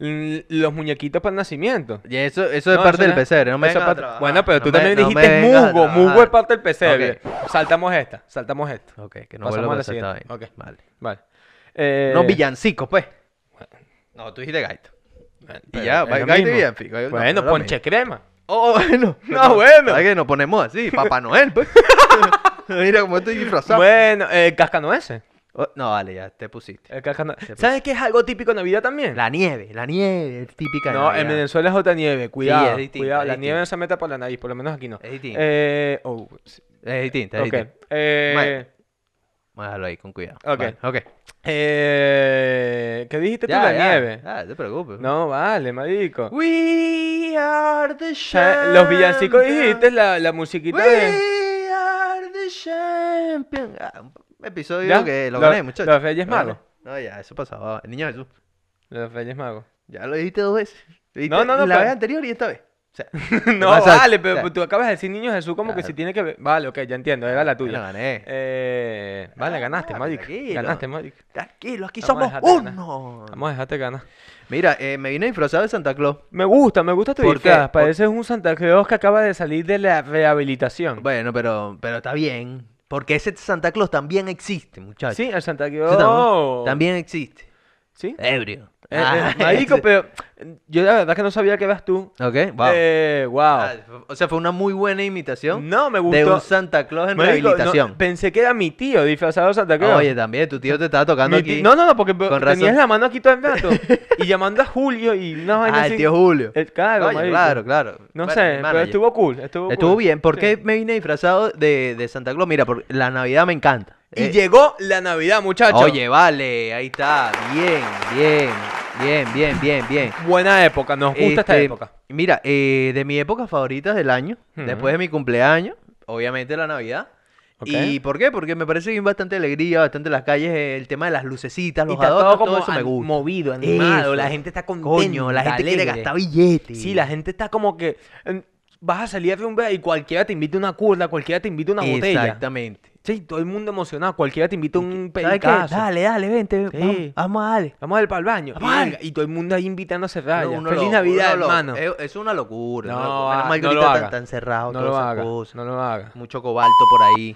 [SPEAKER 1] mm, los muñequitos para el nacimiento.
[SPEAKER 4] Y eso, eso es
[SPEAKER 1] No,
[SPEAKER 4] parte
[SPEAKER 1] eso
[SPEAKER 4] del
[SPEAKER 1] no es-
[SPEAKER 4] pesebre, no me
[SPEAKER 1] eso es
[SPEAKER 4] vengas a
[SPEAKER 1] parte-
[SPEAKER 4] trabajar,
[SPEAKER 1] Bueno, pero
[SPEAKER 4] no
[SPEAKER 1] tú
[SPEAKER 4] me-
[SPEAKER 1] también
[SPEAKER 4] no me ah.
[SPEAKER 1] dijiste
[SPEAKER 4] vengas a
[SPEAKER 1] musgo, musgo
[SPEAKER 4] trabajar.
[SPEAKER 1] es parte del pesebre. Saltamos esta, saltamos esta.
[SPEAKER 4] Ok, que no
[SPEAKER 1] Pasamos
[SPEAKER 4] vuelva
[SPEAKER 1] a
[SPEAKER 4] a
[SPEAKER 1] la
[SPEAKER 4] pasar esta
[SPEAKER 1] siguiente.
[SPEAKER 4] vaina.
[SPEAKER 1] Ok.
[SPEAKER 4] Vale.
[SPEAKER 1] Vale. Eh,
[SPEAKER 4] No villancicos, pues. No, tú dijiste gaita.
[SPEAKER 1] pero
[SPEAKER 4] y ya,
[SPEAKER 1] es
[SPEAKER 4] va-
[SPEAKER 1] lo
[SPEAKER 4] gaita y
[SPEAKER 1] mismo.
[SPEAKER 4] villancico. eh, no,
[SPEAKER 1] Bueno,
[SPEAKER 4] no, no,
[SPEAKER 1] ponche crema.
[SPEAKER 4] Oh, bueno.
[SPEAKER 1] [LAUGHS] No, bueno.
[SPEAKER 4] ¿Sabes que nos ponemos así? Papá Noel, pues. [LAUGHS] Mira cómo estoy disfrazado.
[SPEAKER 1] Bueno, el cascanueces.
[SPEAKER 4] Oh, no, vale, ya te pusiste.
[SPEAKER 1] El cascano-
[SPEAKER 4] pues.
[SPEAKER 1] ¿Sabes qué es algo típico de Navidad también?
[SPEAKER 4] La nieve, la nieve, es típica de
[SPEAKER 1] no, en
[SPEAKER 4] Navidad.
[SPEAKER 1] Venezuela es otra nieve. Cuidado,
[SPEAKER 4] distinto,
[SPEAKER 1] cuidado.
[SPEAKER 4] es
[SPEAKER 1] La nieve
[SPEAKER 4] distinto.
[SPEAKER 1] no se meta por la nariz, por lo menos aquí no.
[SPEAKER 4] Es distinto.
[SPEAKER 1] Eh, oh, sí,
[SPEAKER 4] Es distinta, es
[SPEAKER 1] ok.
[SPEAKER 4] distinta.
[SPEAKER 1] Eh,
[SPEAKER 4] Vamos a dejarlo ahí, con cuidado.
[SPEAKER 1] Ok.
[SPEAKER 4] Vale, ok.
[SPEAKER 1] eh, ¿Qué dijiste tú?
[SPEAKER 4] Ya,
[SPEAKER 1] La
[SPEAKER 4] ya,
[SPEAKER 1] nieve.
[SPEAKER 4] Ya, no te preocupes.
[SPEAKER 1] No, vale, marico.
[SPEAKER 4] We are the
[SPEAKER 1] O sea, Los villancicos dijiste, la, la musiquita de...
[SPEAKER 4] We are the champions. Ah, un episodio
[SPEAKER 1] ¿Ya?
[SPEAKER 4] que lo
[SPEAKER 1] Los-
[SPEAKER 4] gané, muchachos.
[SPEAKER 1] los Reyes
[SPEAKER 4] Lo gané.
[SPEAKER 1] Magos.
[SPEAKER 4] No, ya, eso pasaba. El niño Jesús.
[SPEAKER 1] Los Reyes
[SPEAKER 4] [LAUGHS]
[SPEAKER 1] Magos.
[SPEAKER 4] Ya lo dijiste dos veces. Lo dijiste
[SPEAKER 1] No, no, no,
[SPEAKER 4] La
[SPEAKER 1] pero-
[SPEAKER 4] vez anterior y esta vez. O sea,
[SPEAKER 1] no,
[SPEAKER 4] pasa-
[SPEAKER 1] vale,
[SPEAKER 4] o
[SPEAKER 1] pero
[SPEAKER 4] sea,
[SPEAKER 1] tú acabas de decir Niño Jesús como que si
[SPEAKER 4] claro.
[SPEAKER 1] tiene que ver... Vale, ok, ya entiendo, era
[SPEAKER 4] [LAUGHS]
[SPEAKER 1] la
[SPEAKER 4] lo
[SPEAKER 1] tuya.
[SPEAKER 4] gané.
[SPEAKER 1] Eh, vale,
[SPEAKER 4] Ah,
[SPEAKER 1] ganaste, marico.
[SPEAKER 4] tranquilo.
[SPEAKER 1] Ganaste, marico.
[SPEAKER 4] Tranquilo, aquí
[SPEAKER 1] Vamos a
[SPEAKER 4] somos
[SPEAKER 1] dejarte ganar.
[SPEAKER 4] uno.
[SPEAKER 1] Vamos a dejarte ganar.
[SPEAKER 4] Mira, eh, me vine disfrazado de Santa Claus.
[SPEAKER 1] Me gusta, me gusta tu
[SPEAKER 4] ¿Por qué?
[SPEAKER 1] disfraz.
[SPEAKER 4] Por-
[SPEAKER 1] Pareces un Santa Claus que acaba de salir de la rehabilitación.
[SPEAKER 4] Bueno, pero, pero está bien. Porque ese Santa Claus también existe, muchachos.
[SPEAKER 1] Sí, el Santa
[SPEAKER 4] Ese
[SPEAKER 1] Claus.
[SPEAKER 4] tam- También existe.
[SPEAKER 1] Sí.
[SPEAKER 4] Ebrio.
[SPEAKER 1] Eh,
[SPEAKER 4] Ah, [LAUGHS]
[SPEAKER 1] eh, marico,
[SPEAKER 4] sí.
[SPEAKER 1] pero yo la verdad que no sabía que eras tú.
[SPEAKER 4] Ok, wow.
[SPEAKER 1] Eh, wow.
[SPEAKER 4] Ah, o sea, fue una muy buena imitación
[SPEAKER 1] No, me gustó.
[SPEAKER 4] de un Santa Claus en
[SPEAKER 1] Marico, no,
[SPEAKER 4] rehabilitación. Ah,
[SPEAKER 1] pensé que era mi tío disfrazado de Santa Claus.
[SPEAKER 4] Oye, también tu tío te estaba tocando
[SPEAKER 1] Mi ti-
[SPEAKER 4] aquí.
[SPEAKER 1] No, no, no, porque
[SPEAKER 4] Con
[SPEAKER 1] tenías
[SPEAKER 4] razón.
[SPEAKER 1] la mano aquí todo el
[SPEAKER 4] [LAUGHS]
[SPEAKER 1] rato. y llamando a Julio y unas vainas
[SPEAKER 4] ah, el
[SPEAKER 1] así.
[SPEAKER 4] tío Julio.
[SPEAKER 1] Eh, claro,
[SPEAKER 4] Coño,
[SPEAKER 1] marico.
[SPEAKER 4] claro, claro.
[SPEAKER 1] No
[SPEAKER 4] Bueno,
[SPEAKER 1] sé,
[SPEAKER 4] mi
[SPEAKER 1] pero
[SPEAKER 4] manager.
[SPEAKER 1] estuvo cool. Estuvo,
[SPEAKER 4] Estuvo
[SPEAKER 1] cool.
[SPEAKER 4] bien. ¿Por
[SPEAKER 1] Sí.
[SPEAKER 4] qué me vine disfrazado de, de Santa Claus? Mira, porque la Navidad me encanta.
[SPEAKER 1] Y
[SPEAKER 4] Eh,
[SPEAKER 1] llegó la Navidad, muchachos.
[SPEAKER 4] Oye, vale, ahí está. Bien, bien, bien, bien, bien, bien.
[SPEAKER 1] Buena época, nos gusta esta
[SPEAKER 4] Este,
[SPEAKER 1] época.
[SPEAKER 4] Mira, eh, de mis épocas favoritas del año,
[SPEAKER 1] Ujú.
[SPEAKER 4] después de mi cumpleaños, obviamente la Navidad.
[SPEAKER 1] Ok.
[SPEAKER 4] ¿Y por qué? Porque me parece que hay bastante alegría, bastante las calles, eh, el tema de las lucecitas, los
[SPEAKER 1] está todo
[SPEAKER 4] adornos, todo,
[SPEAKER 1] como
[SPEAKER 4] eso me
[SPEAKER 1] an-
[SPEAKER 4] gusta.
[SPEAKER 1] movido, animado, la gente está contenta,
[SPEAKER 4] Coño, la gente quiere
[SPEAKER 1] alegre.
[SPEAKER 4] gastar billetes.
[SPEAKER 1] Sí, la gente está como que en- vas a salir a rumba y cualquiera te invita una curda, cualquiera te invita una botella.
[SPEAKER 4] Exactamente.
[SPEAKER 1] Sí, todo el mundo emocionado, cualquiera te invita un
[SPEAKER 4] ¿Sabes qué?
[SPEAKER 1] pelicazo.
[SPEAKER 4] Dale, dale, vente,
[SPEAKER 1] Sí.
[SPEAKER 4] vamos, vamos a darle.
[SPEAKER 1] Vamos al pa'l baño.
[SPEAKER 4] Vamos al-
[SPEAKER 1] Verga, Y todo el mundo ahí invitando a cerrar.
[SPEAKER 4] No, uno
[SPEAKER 1] Feliz
[SPEAKER 4] loco,
[SPEAKER 1] Navidad,
[SPEAKER 4] uno loco.
[SPEAKER 1] hermano.
[SPEAKER 4] Es, es una locura. una
[SPEAKER 1] No,
[SPEAKER 4] locura. Menos
[SPEAKER 1] ah,
[SPEAKER 4] mal que
[SPEAKER 1] no lo
[SPEAKER 4] ahorita
[SPEAKER 1] haga.
[SPEAKER 4] tan, tan cerrado,
[SPEAKER 1] No
[SPEAKER 4] todas
[SPEAKER 1] lo
[SPEAKER 4] esas
[SPEAKER 1] hagas,
[SPEAKER 4] cosas.
[SPEAKER 1] no lo hagas.
[SPEAKER 4] Mucho cobalto por ahí.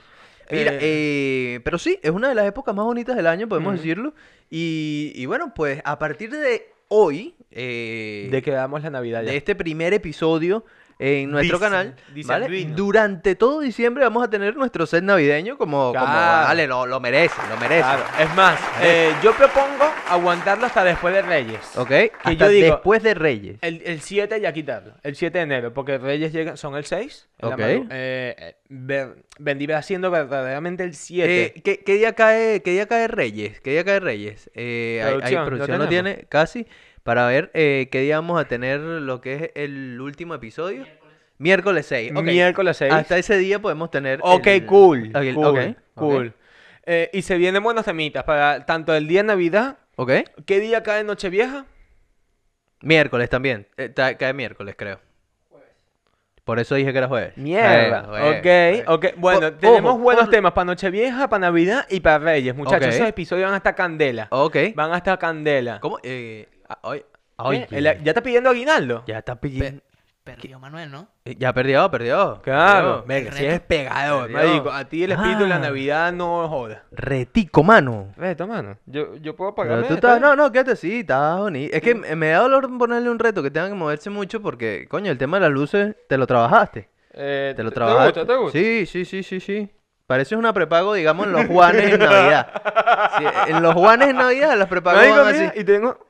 [SPEAKER 4] Mira, eh, pero sí, es una de las épocas más bonitas del año, podemos
[SPEAKER 1] Ujú.
[SPEAKER 4] decirlo. Y, y bueno, pues a partir de hoy, eh,
[SPEAKER 1] De que damos la Navidad ya.
[SPEAKER 4] de este primer episodio en nuestro
[SPEAKER 1] Dicen-
[SPEAKER 4] canal,
[SPEAKER 1] dicen
[SPEAKER 4] ¿vale?
[SPEAKER 1] Luis, ¿no?
[SPEAKER 4] Durante todo diciembre vamos a tener nuestro set navideño como, como
[SPEAKER 1] Claro.
[SPEAKER 4] vale, lo, lo merece, lo merece.
[SPEAKER 1] Claro. Es más, eh, yo propongo aguantarlo hasta después de Reyes.
[SPEAKER 4] este. ¿Ok?
[SPEAKER 1] Que
[SPEAKER 4] Hasta
[SPEAKER 1] yo digo-
[SPEAKER 4] después de Reyes.
[SPEAKER 1] El, el 7 ya quitarlo. El 7 de enero, porque Reyes llega, son el 6. en la
[SPEAKER 4] Ok.
[SPEAKER 1] madru- Eh, eh, ver- vendría siendo verdaderamente el 7.
[SPEAKER 4] Eh, ¿qué, qué día cae, ¿Qué día cae Reyes? ¿Qué día cae Reyes? Eh, hay- hay
[SPEAKER 1] Producción, lo
[SPEAKER 4] producción no
[SPEAKER 1] tenemos.
[SPEAKER 4] tiene casi para ver eh, qué día vamos a tener lo que es el último episodio. Miércoles 6. eh, ok.
[SPEAKER 1] Miércoles 6.
[SPEAKER 4] Hasta ese día podemos tener.
[SPEAKER 1] Ok,
[SPEAKER 4] el-
[SPEAKER 1] cool.
[SPEAKER 4] el-
[SPEAKER 1] cool,
[SPEAKER 4] ok, ok,
[SPEAKER 1] cool. Eh, y se vienen buenos temitas para tanto el día de Navidad.
[SPEAKER 4] Ok.
[SPEAKER 1] ¿Qué día cae Nochevieja?
[SPEAKER 4] Miércoles también. eh, ta- cae miércoles, creo. Por eso dije que era jueves.
[SPEAKER 1] Mierda.
[SPEAKER 4] Bueno, bueno,
[SPEAKER 1] ok, ok. Bueno,
[SPEAKER 4] Po-
[SPEAKER 1] tenemos
[SPEAKER 4] eh, ojo,
[SPEAKER 1] buenos
[SPEAKER 4] ponlo-
[SPEAKER 1] temas para Nochevieja, para Navidad y para Reyes. Muchachos,
[SPEAKER 4] Ok.
[SPEAKER 1] esos episodios van hasta Candela.
[SPEAKER 4] Ok.
[SPEAKER 1] Van hasta Candela.
[SPEAKER 4] ¿Cómo? Eh, ah, oye,
[SPEAKER 1] ¿Eh?
[SPEAKER 4] oye,
[SPEAKER 1] El- ¿Ya está pidiendo aguinaldo?
[SPEAKER 4] Ya está pidiendo.
[SPEAKER 2] Perdió Manuel, ¿no?
[SPEAKER 4] Eh, Ya perdió, perdió.
[SPEAKER 1] Claro,
[SPEAKER 4] perdió.
[SPEAKER 1] venga,
[SPEAKER 2] el
[SPEAKER 1] si
[SPEAKER 2] reto.
[SPEAKER 1] es pegador,
[SPEAKER 4] Perdió.
[SPEAKER 1] marico. A ti el espíritu de la
[SPEAKER 4] Ah.
[SPEAKER 1] Navidad no joda.
[SPEAKER 4] Retico, mano.
[SPEAKER 1] Reto, mano. Yo, yo puedo
[SPEAKER 4] Pero
[SPEAKER 1] pagarme.
[SPEAKER 4] tú estás- no, no, quédate así, está bonito. Es que me me da dolor ponerle un reto que tengan que moverse mucho porque, coño, el tema de las luces te lo trabajaste. Te lo trabajaste.
[SPEAKER 1] Eh, ¿Te gusta?
[SPEAKER 4] Sí, sí, sí, sí, sí. Parece una prepago, digamos, en los Juanes en Navidad. Sí, en los Juanes en Navidad, las prepagos
[SPEAKER 1] Marico,
[SPEAKER 4] van
[SPEAKER 1] mira,
[SPEAKER 4] así.
[SPEAKER 1] y tengo...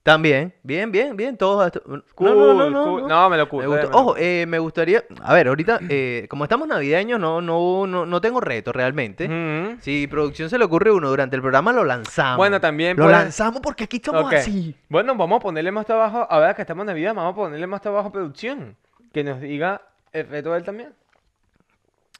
[SPEAKER 4] También, bien, bien, bien, todos. hasta- No,
[SPEAKER 1] Cool,
[SPEAKER 4] no, no, no,
[SPEAKER 1] cool.
[SPEAKER 4] no.
[SPEAKER 1] No, me lo
[SPEAKER 4] Me
[SPEAKER 1] oculto.
[SPEAKER 4] gustó.
[SPEAKER 1] déjame lo
[SPEAKER 4] Ojo, eh, me gustaría. A ver, ahorita, eh, como estamos navideños, no, no, no, no tengo reto realmente.
[SPEAKER 1] oculto. Ujú.
[SPEAKER 4] Si producción se le ocurre uno durante el programa, lo lanzamos.
[SPEAKER 1] Bueno, también
[SPEAKER 4] Lo
[SPEAKER 1] puede-
[SPEAKER 4] lanzamos porque aquí estamos
[SPEAKER 1] Ok.
[SPEAKER 4] así.
[SPEAKER 1] Bueno, vamos a ponerle más trabajo. Ahora que estamos en Navidad, vamos a ponerle más trabajo a producción. Que nos diga el reto de él también.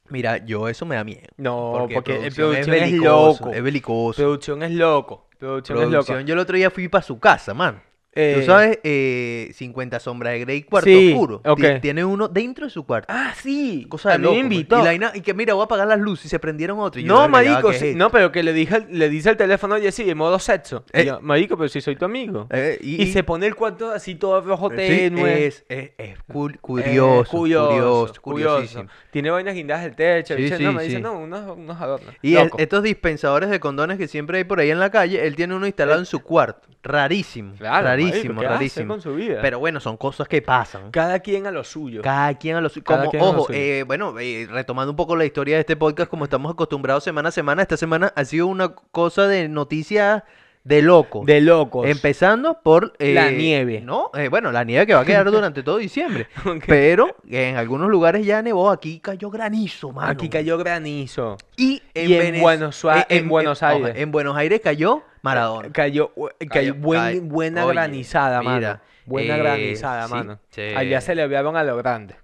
[SPEAKER 4] Mira, yo eso me da miedo.
[SPEAKER 1] No, porque, el
[SPEAKER 4] Oh, producción
[SPEAKER 1] producción es,
[SPEAKER 4] belicoso,
[SPEAKER 1] loco.
[SPEAKER 4] Es belicoso.
[SPEAKER 1] Producción es loco. Producción, es
[SPEAKER 4] Producción,
[SPEAKER 1] loco.
[SPEAKER 4] yo el otro día fui para su casa, man.
[SPEAKER 1] Eh,
[SPEAKER 4] Tú sabes, eh, 50 sombras de Grey, cuarto
[SPEAKER 1] sí,
[SPEAKER 4] oscuro.
[SPEAKER 1] ok.
[SPEAKER 4] Ti- Tiene uno dentro de su cuarto.
[SPEAKER 1] Ah, sí.
[SPEAKER 4] Cosa de
[SPEAKER 1] También
[SPEAKER 4] loco, man.
[SPEAKER 1] invitó.
[SPEAKER 4] Y, la vaina- y que mira, voy a apagar las luces y se prendieron otros. Y yo,
[SPEAKER 1] No,
[SPEAKER 4] verga, ya va,
[SPEAKER 1] marico,
[SPEAKER 4] ¿qué es
[SPEAKER 1] sí,
[SPEAKER 4] esto?
[SPEAKER 1] no, pero que le dije, al- le dice el teléfono a Jessy en modo sexo. Y
[SPEAKER 4] Eh.
[SPEAKER 1] yo, marico, pero si soy tu amigo.
[SPEAKER 4] Eh,
[SPEAKER 1] y, Eh, se pone el cuarto así todo rojo
[SPEAKER 4] sí,
[SPEAKER 1] tenue.
[SPEAKER 4] es, es, es cu-
[SPEAKER 1] E. Eh,
[SPEAKER 4] curioso, curioso,
[SPEAKER 1] curioso,
[SPEAKER 4] curiosísimo.
[SPEAKER 1] Tiene vainas guindadas del techo.
[SPEAKER 4] Sí,
[SPEAKER 1] dice,
[SPEAKER 4] sí,
[SPEAKER 1] no, me dice,
[SPEAKER 4] sí.
[SPEAKER 1] no, unos, unos adornos.
[SPEAKER 4] Y el-
[SPEAKER 1] Loco.
[SPEAKER 4] estos dispensadores de condones que siempre hay por ahí en la calle, él tiene uno instalado en su cuarto. Rarísimo,
[SPEAKER 1] Eh. Claro, marico,
[SPEAKER 4] rarísimo,
[SPEAKER 1] ¿qué hace
[SPEAKER 4] rarísimo.
[SPEAKER 1] con su vida?
[SPEAKER 4] Pero bueno, son cosas que pasan.
[SPEAKER 1] Cada quien a lo suyo.
[SPEAKER 4] Cada quien a los
[SPEAKER 1] Cada
[SPEAKER 4] como
[SPEAKER 1] quien a lo
[SPEAKER 4] ojo,
[SPEAKER 1] suyo.
[SPEAKER 4] eh, bueno, eh, retomando un poco la historia de este podcast, como estamos acostumbrados semana a semana, esta semana ha sido una cosa de noticias de loco.
[SPEAKER 1] de locos.
[SPEAKER 4] Empezando por
[SPEAKER 1] La
[SPEAKER 4] eh,
[SPEAKER 1] nieve.
[SPEAKER 4] No, eh, bueno, la nieve que va a
[SPEAKER 1] [LAUGHS]
[SPEAKER 4] quedar durante todo diciembre.
[SPEAKER 1] [LAUGHS] Ok.
[SPEAKER 4] [LAUGHS] Pero en algunos lugares ya nevó, aquí cayó granizo, mano.
[SPEAKER 1] Aquí cayó granizo.
[SPEAKER 4] y en,
[SPEAKER 1] y en
[SPEAKER 4] Venez-
[SPEAKER 1] Buenos Ai- en Buenos
[SPEAKER 4] ojo,
[SPEAKER 1] Aires. Eh,
[SPEAKER 4] en Buenos Aires cayó Maradona.
[SPEAKER 1] Cayó, u- cayó buen-
[SPEAKER 4] cay-
[SPEAKER 1] buena
[SPEAKER 4] oye,
[SPEAKER 1] granizada, mano.
[SPEAKER 4] mira,
[SPEAKER 1] Buena
[SPEAKER 4] eh,
[SPEAKER 1] granizada,
[SPEAKER 4] sí,
[SPEAKER 1] mano.
[SPEAKER 4] sí.
[SPEAKER 1] Allá se le hablaban a lo grande.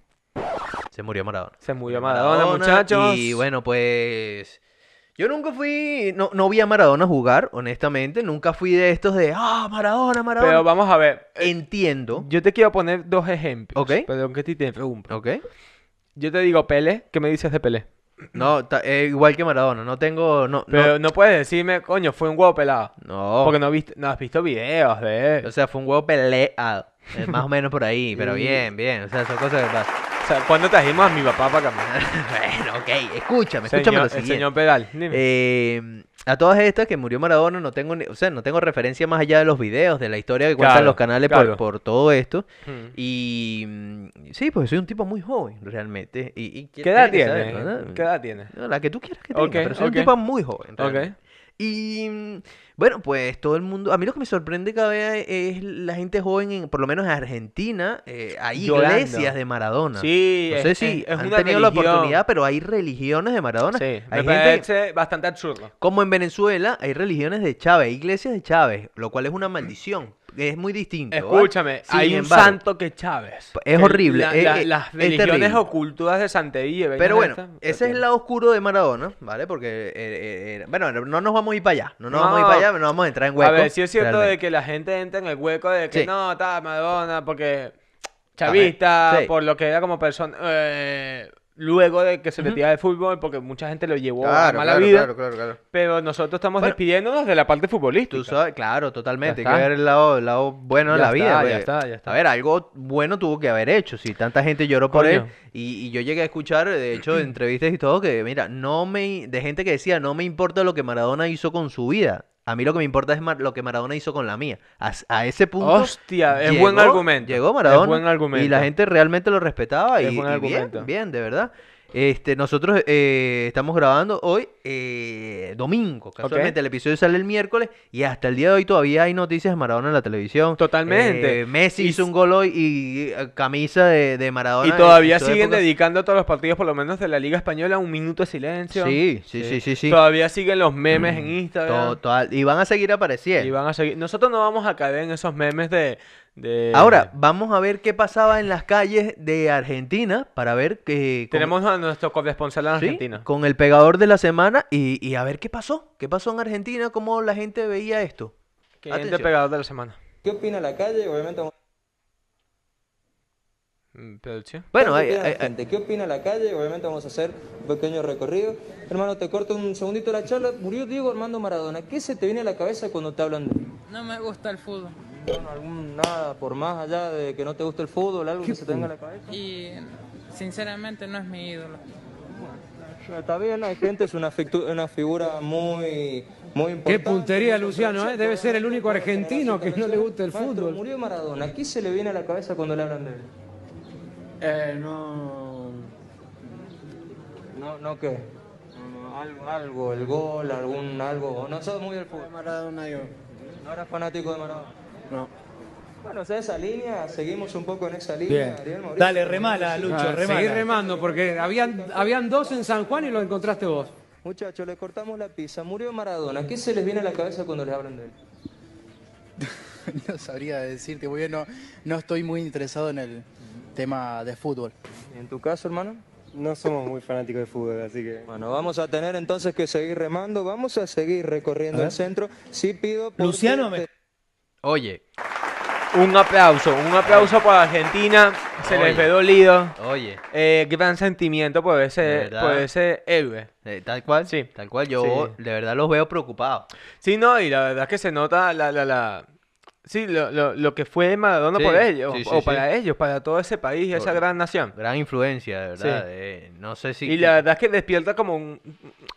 [SPEAKER 4] Se murió Maradona.
[SPEAKER 1] Se murió Maradona, muchachos.
[SPEAKER 4] Y bueno, pues. Yo nunca fui. No, no vi a Maradona jugar, honestamente. Nunca fui de estos de. ¡Ah, Maradona, Maradona!
[SPEAKER 1] Pero eh, vamos a ver.
[SPEAKER 4] Entiendo.
[SPEAKER 1] Yo te quiero poner dos ejemplos.
[SPEAKER 4] Ok.
[SPEAKER 1] Perdón que te interrumpa.
[SPEAKER 4] Ok.
[SPEAKER 1] Yo te digo Pelé. ¿Qué me dices de Pelé?
[SPEAKER 4] No, ta- eh, igual que Maradona. No tengo. No.
[SPEAKER 1] Pero no, puedes decirme, coño, fue un huevo pelado.
[SPEAKER 4] no, no.
[SPEAKER 1] Porque no, viste, no has visto videos de él.
[SPEAKER 4] O sea, fue un huevo peleado. eh, Más o menos por ahí. Pero
[SPEAKER 1] [LAUGHS] Y-
[SPEAKER 4] bien, bien. O sea, son cosas que pasan.
[SPEAKER 1] O sea, ¿cuándo trajimos a mi papá para caminar?
[SPEAKER 4] bueno, ok. Escúchame, escúchame
[SPEAKER 1] Señor,
[SPEAKER 4] lo
[SPEAKER 1] el
[SPEAKER 4] siguiente.
[SPEAKER 1] señor Pedal. Dime.
[SPEAKER 4] Eh, a todas estas que murió Maradona, no tengo, ni- o sea, no tengo referencia más allá de los videos, de la historia que cuentan
[SPEAKER 1] Claro,
[SPEAKER 4] los canales por-
[SPEAKER 1] claro.
[SPEAKER 4] por todo esto.
[SPEAKER 1] Hmm.
[SPEAKER 4] Y mm, sí, pues soy un tipo muy joven realmente. Y, y que-
[SPEAKER 1] ¿Qué edad
[SPEAKER 4] que
[SPEAKER 1] tiene?
[SPEAKER 4] saber, ¿verdad?
[SPEAKER 1] ¿Qué edad tiene?
[SPEAKER 4] No, la que tú quieras que tenga,
[SPEAKER 1] Ok,
[SPEAKER 4] pero soy
[SPEAKER 1] ok.
[SPEAKER 4] un tipo muy joven. realmente.
[SPEAKER 1] Ok.
[SPEAKER 4] Y mm, bueno, pues todo el mundo, a mí lo que me sorprende cada vez es la gente joven, en, por lo menos en Argentina, eh, hay
[SPEAKER 1] Llorando.
[SPEAKER 4] iglesias de Maradona.
[SPEAKER 1] Sí,
[SPEAKER 4] no
[SPEAKER 1] es-
[SPEAKER 4] sé
[SPEAKER 1] es-
[SPEAKER 4] si
[SPEAKER 1] es
[SPEAKER 4] han
[SPEAKER 1] una
[SPEAKER 4] tenido la
[SPEAKER 1] religión.
[SPEAKER 4] oportunidad, pero hay religiones de Maradona.
[SPEAKER 1] Sí, me
[SPEAKER 4] hay gente
[SPEAKER 1] parece bastante absurdo.
[SPEAKER 4] como en Venezuela, hay religiones de Chávez, hay iglesias de Chávez, lo cual es una maldición. Es muy distinto. ¿vale?
[SPEAKER 1] Escúchame,
[SPEAKER 4] Sin
[SPEAKER 1] hay un
[SPEAKER 4] embargo,
[SPEAKER 1] santo que es Chávez.
[SPEAKER 4] Es
[SPEAKER 1] Que
[SPEAKER 4] horrible,
[SPEAKER 1] la-
[SPEAKER 4] eh,
[SPEAKER 1] la-
[SPEAKER 4] eh,
[SPEAKER 1] las
[SPEAKER 4] es
[SPEAKER 1] religiones
[SPEAKER 4] terrible.
[SPEAKER 1] o culturas de Santería. vainas de
[SPEAKER 4] Pero bueno,
[SPEAKER 1] estas, lo
[SPEAKER 4] ese es el
[SPEAKER 1] tienen.
[SPEAKER 4] lado oscuro de Maradona, ¿vale? Porque, eh, eh, eh, bueno, no nos vamos a ir para allá, no nos vamos a ir
[SPEAKER 1] No.
[SPEAKER 4] para allá, no vamos a entrar en huecos.
[SPEAKER 1] A ver, sí es cierto de
[SPEAKER 4] realmente.
[SPEAKER 1] que la gente entra en el hueco de que
[SPEAKER 4] Sí.
[SPEAKER 1] no, está Madonna, porque chavista,
[SPEAKER 4] Ajá, sí.
[SPEAKER 1] por lo que era como persona. eh, luego de que se retirara del fútbol, porque mucha gente lo llevó a mala vida.
[SPEAKER 5] claro, claro.
[SPEAKER 1] Pero nosotros estamos
[SPEAKER 4] Bueno.
[SPEAKER 1] despidiéndonos de la parte futbolística.
[SPEAKER 4] Tú sabes, claro, totalmente,
[SPEAKER 1] Ya
[SPEAKER 4] hay que
[SPEAKER 1] está.
[SPEAKER 4] ver el lado, el lado bueno de
[SPEAKER 1] Ya
[SPEAKER 4] la vida.
[SPEAKER 1] está, ya
[SPEAKER 4] pues.
[SPEAKER 1] está, ya está.
[SPEAKER 4] A ver, algo bueno tuvo que haber hecho, si tanta gente lloró por
[SPEAKER 1] Coño.
[SPEAKER 4] él. Y, y yo llegué a escuchar,
[SPEAKER 1] [CLEARS THROAT]
[SPEAKER 4] de hecho, entrevistas y todo, que mira, no me, de gente que decía, no me importa lo que Maradona hizo con su vida. A mí lo que me importa es Mar- lo que Maradona hizo con la mía. A, a ese punto.
[SPEAKER 1] Hostia, es buen argumento.
[SPEAKER 4] Llegó
[SPEAKER 1] Es
[SPEAKER 4] Maradona.
[SPEAKER 1] buen argumento.
[SPEAKER 4] Y la gente realmente lo respetaba.
[SPEAKER 1] Es
[SPEAKER 4] y,
[SPEAKER 1] buen
[SPEAKER 4] y bien,
[SPEAKER 1] argumento.
[SPEAKER 4] bien, de verdad. Este, nosotros eh, estamos grabando hoy, eh, domingo, casualmente. El episodio sale el miércoles y hasta el día de hoy todavía hay noticias de Maradona en la televisión.
[SPEAKER 1] Totalmente.
[SPEAKER 4] Eh, Messi
[SPEAKER 1] Y-
[SPEAKER 4] hizo un gol hoy y eh, camisa de, de Maradona.
[SPEAKER 1] Y
[SPEAKER 4] en
[SPEAKER 1] todavía
[SPEAKER 4] su
[SPEAKER 1] siguen
[SPEAKER 4] época.
[SPEAKER 1] dedicando a todos los partidos, por lo menos de la Liga Española, un minuto de silencio.
[SPEAKER 4] Sí, sí, sí, sí, Mm, sí.
[SPEAKER 1] Todavía siguen los memes en
[SPEAKER 4] To-
[SPEAKER 1] Instagram.
[SPEAKER 4] total- y van a seguir apareciendo.
[SPEAKER 1] Y van a seguir. Nosotros no vamos a caer en esos memes de. de-
[SPEAKER 4] Ahora, vamos a ver qué pasaba en las calles de Argentina para ver que... cómo-
[SPEAKER 1] Tenemos a nuestro corresponsal en
[SPEAKER 4] Sí,
[SPEAKER 1] Argentina.
[SPEAKER 4] Con el pegador de la semana y, y a ver qué pasó. ¿Qué pasó en Argentina? ¿Cómo la gente veía esto?
[SPEAKER 1] Que es el
[SPEAKER 4] Atención.
[SPEAKER 1] pegador de la semana.
[SPEAKER 6] ¿Qué opina la calle? Obviamente vamos
[SPEAKER 1] Mm, Producción.
[SPEAKER 4] Bueno,
[SPEAKER 6] ¿Qué
[SPEAKER 4] hay-
[SPEAKER 6] opina la
[SPEAKER 4] hay- hay-
[SPEAKER 6] gente? ¿Qué opina la calle? Obviamente vamos a hacer un pequeño recorrido. Hermano, te corto un segundito la charla. Murió Diego Armando Maradona. ¿Qué se te viene a la cabeza cuando te hablan de él?
[SPEAKER 2] No me gusta el fútbol.
[SPEAKER 6] Bueno, algún nada por más allá de que no te guste el fútbol, algo que se tenga en la cabeza.
[SPEAKER 2] Y sinceramente no es mi ídolo.
[SPEAKER 6] Está bien, hay gente, es una, fictu- una figura muy, muy importante.
[SPEAKER 7] Qué puntería, Luciano, ¿eh? Debe ser el único argentino que no le gusta el
[SPEAKER 6] Maestro,
[SPEAKER 7] fútbol.
[SPEAKER 6] Murió Maradona. ¿Qué se le viene a la cabeza cuando le hablan de él?
[SPEAKER 7] Eh, no.
[SPEAKER 6] No, no qué. No, no, Algo, algo, el gol, algún algo. No sos muy del fútbol.
[SPEAKER 7] Maradona, yo.
[SPEAKER 6] No eras fanático de Maradona.
[SPEAKER 7] No.
[SPEAKER 6] Bueno, o sea, esa línea, seguimos un poco en esa línea.
[SPEAKER 8] Bien.
[SPEAKER 6] Ariel Mauricio.
[SPEAKER 8] Dale, remala, Lucho, remala.
[SPEAKER 7] Ah, seguí remando porque habían, habían dos en San Juan y lo encontraste vos.
[SPEAKER 6] Muchachos, le cortamos la pizza. Murió Maradona. ¿Qué se les viene a la cabeza cuando les hablan de él?
[SPEAKER 8] [LAUGHS] No sabría decirte, porque yo no, no estoy muy interesado en el tema de fútbol.
[SPEAKER 6] ¿Y en tu caso, hermano?
[SPEAKER 9] No somos muy fanáticos de fútbol, así que.
[SPEAKER 6] Bueno, vamos a tener entonces que seguir remando. Vamos a seguir recorriendo el centro. Sí pido... porque
[SPEAKER 8] Luciano,
[SPEAKER 6] te-
[SPEAKER 8] me-
[SPEAKER 4] Oye,
[SPEAKER 1] Un aplauso, un aplauso para Argentina. Se les
[SPEAKER 4] Oye.
[SPEAKER 1] ve dolido.
[SPEAKER 4] oye,
[SPEAKER 1] Eh, gran sentimiento por
[SPEAKER 4] De
[SPEAKER 1] ese,
[SPEAKER 4] verdad.
[SPEAKER 1] por ese héroe.
[SPEAKER 4] eh, tal cual, sí. Tal cual, yo
[SPEAKER 1] Sí.
[SPEAKER 4] de verdad los veo preocupados.
[SPEAKER 1] Sí, no, y la verdad es que se nota la, la, la... Sí, lo, lo, lo que fue Maradona
[SPEAKER 4] Sí,
[SPEAKER 1] por ellos,
[SPEAKER 4] sí, sí,
[SPEAKER 1] o
[SPEAKER 4] sí.
[SPEAKER 1] para ellos, para todo ese país y esa
[SPEAKER 4] Correcto.
[SPEAKER 1] gran nación.
[SPEAKER 4] Gran influencia, de verdad.
[SPEAKER 1] Sí.
[SPEAKER 4] eh, no sé si...
[SPEAKER 1] Y la verdad es que despierta como un,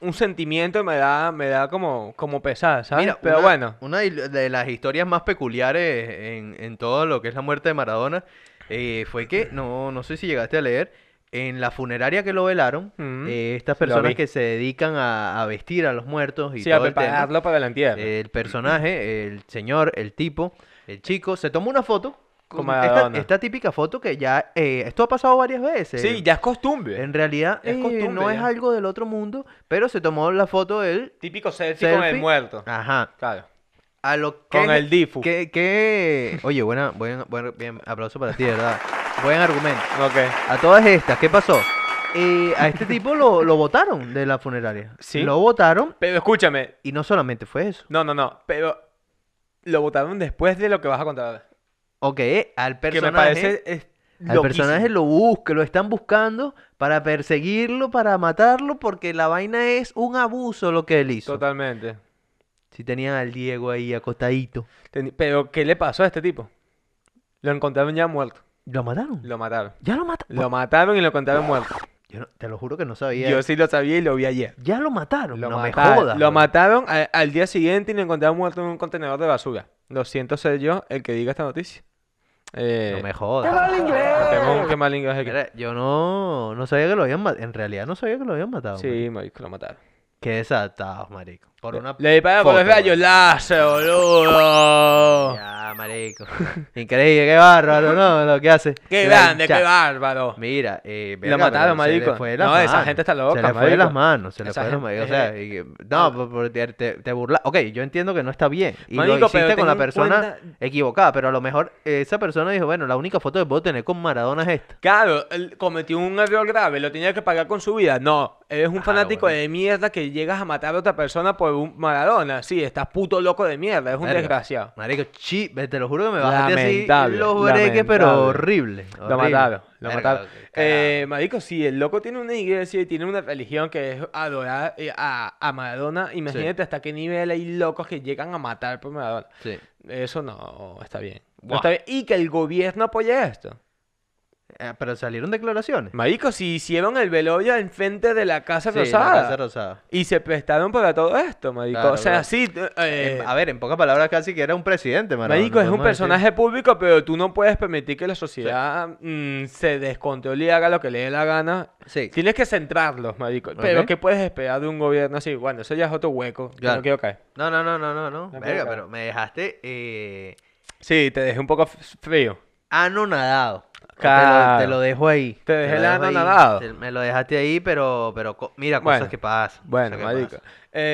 [SPEAKER 1] un sentimiento y me da, me da como, como pesar, ¿sabes?
[SPEAKER 4] Mira,
[SPEAKER 1] Pero
[SPEAKER 4] una-
[SPEAKER 1] bueno,
[SPEAKER 4] Una de- de las historias más peculiares en, en todo lo que es la muerte de Maradona eh, fue que, no, no sé si llegaste a leer, en la funeraria que lo velaron,
[SPEAKER 1] Mm.
[SPEAKER 4] eh, estas
[SPEAKER 1] Lo vi.
[SPEAKER 4] personas que se dedican a, a vestir a los muertos y
[SPEAKER 1] sí, a
[SPEAKER 4] todo el tema, Eh,
[SPEAKER 1] prepararlo para el entierro.
[SPEAKER 4] el personaje, el señor, el tipo, el chico, se toma una foto.
[SPEAKER 1] Con
[SPEAKER 4] con esta,
[SPEAKER 1] Maradona.
[SPEAKER 4] esta típica foto que ya, eh, esto ha pasado varias veces.
[SPEAKER 1] sí, ya es costumbre.
[SPEAKER 4] En realidad
[SPEAKER 1] Es
[SPEAKER 4] eh,
[SPEAKER 1] costumbre
[SPEAKER 4] no es
[SPEAKER 1] ya.
[SPEAKER 4] algo del otro mundo, pero se tomó la foto de él.
[SPEAKER 1] Típico selfie, con el
[SPEAKER 4] selfie. Ah.
[SPEAKER 1] muerto.
[SPEAKER 4] Ajá.
[SPEAKER 1] Claro.
[SPEAKER 4] A lo
[SPEAKER 1] Con
[SPEAKER 4] que-
[SPEAKER 1] el difu.
[SPEAKER 4] que- que- Oye, buena, buen, buen- bien, aplauso para ti, de verdad. Buen argumento.
[SPEAKER 1] Ok.
[SPEAKER 4] A todas estas, ¿qué pasó? Eh, a este tipo lo, lo votaron de la funeraria.
[SPEAKER 1] Sí.
[SPEAKER 4] Lo votaron
[SPEAKER 1] Pero escúchame,
[SPEAKER 4] y no solamente fue eso.
[SPEAKER 1] no, no, no, pero lo votaron después de lo que vas a contar.
[SPEAKER 4] Ok,
[SPEAKER 1] Que me
[SPEAKER 4] al personaje...
[SPEAKER 1] parece... es
[SPEAKER 4] Al personaje
[SPEAKER 1] loquísimo.
[SPEAKER 4] lo busca, lo están buscando para perseguirlo, para matarlo, porque la vaina es un abuso lo que él hizo.
[SPEAKER 1] Totalmente.
[SPEAKER 4] Si tenían al Diego ahí acostadito.
[SPEAKER 1] Teni- Pero, ¿qué le pasó a este tipo? Lo encontraron ya muerto.
[SPEAKER 4] Lo mataron.
[SPEAKER 1] Lo mataron.
[SPEAKER 4] Ya lo mataron.
[SPEAKER 1] Lo mataron y lo encontraron muerto.
[SPEAKER 4] Yo no- te lo juro que no sabía.
[SPEAKER 1] Yo sí lo sabía y lo vi ayer.
[SPEAKER 4] Ya lo mataron.
[SPEAKER 1] Lo
[SPEAKER 4] no
[SPEAKER 1] mataron,
[SPEAKER 4] me jodas.
[SPEAKER 1] lo
[SPEAKER 4] bro.
[SPEAKER 1] mataron a- al día siguiente y lo encontraron muerto en un contenedor de basura. Lo siento ser yo el que diga esta noticia. Eh,
[SPEAKER 4] No me jodas.
[SPEAKER 1] tenemos un qué mal inglés aquí.
[SPEAKER 4] Mira, yo no, no sabía que lo habían matado. En realidad no sabía que lo habían matado. marico.
[SPEAKER 1] Sí, marico, lo mataron.
[SPEAKER 4] Qué desatados, marico. Por una
[SPEAKER 1] Le dispararon por los
[SPEAKER 4] foto,
[SPEAKER 1] rayos láser, boludo.
[SPEAKER 4] Ya, marico. [LAUGHS] Increíble, qué bárbaro, ¿no? Lo que hace.
[SPEAKER 1] Qué
[SPEAKER 4] La
[SPEAKER 1] grande,
[SPEAKER 4] hincha-
[SPEAKER 1] qué bárbaro.
[SPEAKER 4] Mira, eh,
[SPEAKER 1] La mataron,
[SPEAKER 4] pero se le
[SPEAKER 1] marico.
[SPEAKER 4] fue de las
[SPEAKER 1] No, esa
[SPEAKER 4] manos.
[SPEAKER 1] gente está loca,
[SPEAKER 4] Se le fue de las
[SPEAKER 1] marico.
[SPEAKER 4] manos, se le
[SPEAKER 1] Esa
[SPEAKER 4] fue de las manos. O
[SPEAKER 1] gente-
[SPEAKER 4] sea, y que- no, por- por- te, te, te burla. Ok, yo entiendo que no está bien. Y lo
[SPEAKER 1] Marico, pero
[SPEAKER 4] hiciste con la
[SPEAKER 1] ten en
[SPEAKER 4] persona
[SPEAKER 1] cuenta-
[SPEAKER 4] equivocada. Pero a lo mejor esa persona dijo, bueno, la única foto que puedo tener con Maradona es esta.
[SPEAKER 1] Claro, él cometió un error grave, lo tenía que pagar con su vida. No, eres un
[SPEAKER 4] Claro,
[SPEAKER 1] fanático
[SPEAKER 4] bueno.
[SPEAKER 1] de mierda que llegas a matar a otra persona por un Maradona. Sí, estás puto loco de mierda, es un
[SPEAKER 4] Verga.
[SPEAKER 1] desgraciado.
[SPEAKER 4] Marico, chi, ve, te lo juro que me bajaste así
[SPEAKER 1] Lamentable,
[SPEAKER 4] los breques, pero
[SPEAKER 1] lamentable.
[SPEAKER 4] horrible.
[SPEAKER 1] Lo
[SPEAKER 4] horrible.
[SPEAKER 1] mataron, lo
[SPEAKER 4] Verga,
[SPEAKER 1] mataron.
[SPEAKER 4] qué
[SPEAKER 1] Eh, marico, si el loco tiene una iglesia y tiene una religión que es adorar eh, a, a Maradona, imagínate hasta qué nivel hay locos que llegan a matar por Maradona.
[SPEAKER 4] carajo. Sí.
[SPEAKER 1] Eso no está bien. No
[SPEAKER 4] Buah.
[SPEAKER 1] está bien. Y que el gobierno apoye esto.
[SPEAKER 4] Eh, pero salieron declaraciones.
[SPEAKER 1] Marico, si hicieron el velorio enfrente de la Casa
[SPEAKER 4] Sí, la
[SPEAKER 1] Rosada.
[SPEAKER 4] Casa Rosada.
[SPEAKER 1] Y se prestaron para todo esto, marico.
[SPEAKER 4] Claro,
[SPEAKER 1] o sea,
[SPEAKER 4] claro.
[SPEAKER 1] sí. t- eh,
[SPEAKER 4] En- a ver, en pocas palabras casi que era un presidente, Maradona.
[SPEAKER 1] marico, es un
[SPEAKER 4] podemos decir.
[SPEAKER 1] personaje público, pero tú no puedes permitir que la sociedad mm, se descontrole y haga lo que le dé la gana.
[SPEAKER 4] Sí.
[SPEAKER 1] Tienes que centrarlos, marico. Pero,
[SPEAKER 4] Ok.
[SPEAKER 1] ¿qué puedes esperar de un gobierno así? Bueno, eso ya es otro hueco. que
[SPEAKER 4] Claro.
[SPEAKER 1] No quiero caer.
[SPEAKER 4] No, no, no, no, no, no.
[SPEAKER 1] puedo
[SPEAKER 4] Verga,
[SPEAKER 1] creer.
[SPEAKER 4] pero me dejaste eh,
[SPEAKER 1] Sí, te dejé un poco f- frío.
[SPEAKER 4] anonadado. Te lo-
[SPEAKER 1] Claro.
[SPEAKER 4] Te, lo, dejo ahí.
[SPEAKER 1] Te
[SPEAKER 4] lo
[SPEAKER 1] dejé el
[SPEAKER 4] dejo ahí.
[SPEAKER 1] anonadado.
[SPEAKER 4] Te- Me lo dejaste ahí, pero, pero co- mira, cosas
[SPEAKER 1] Bueno,
[SPEAKER 4] que pasan. cosas
[SPEAKER 1] Bueno,
[SPEAKER 4] que
[SPEAKER 1] marico.
[SPEAKER 4] pasan.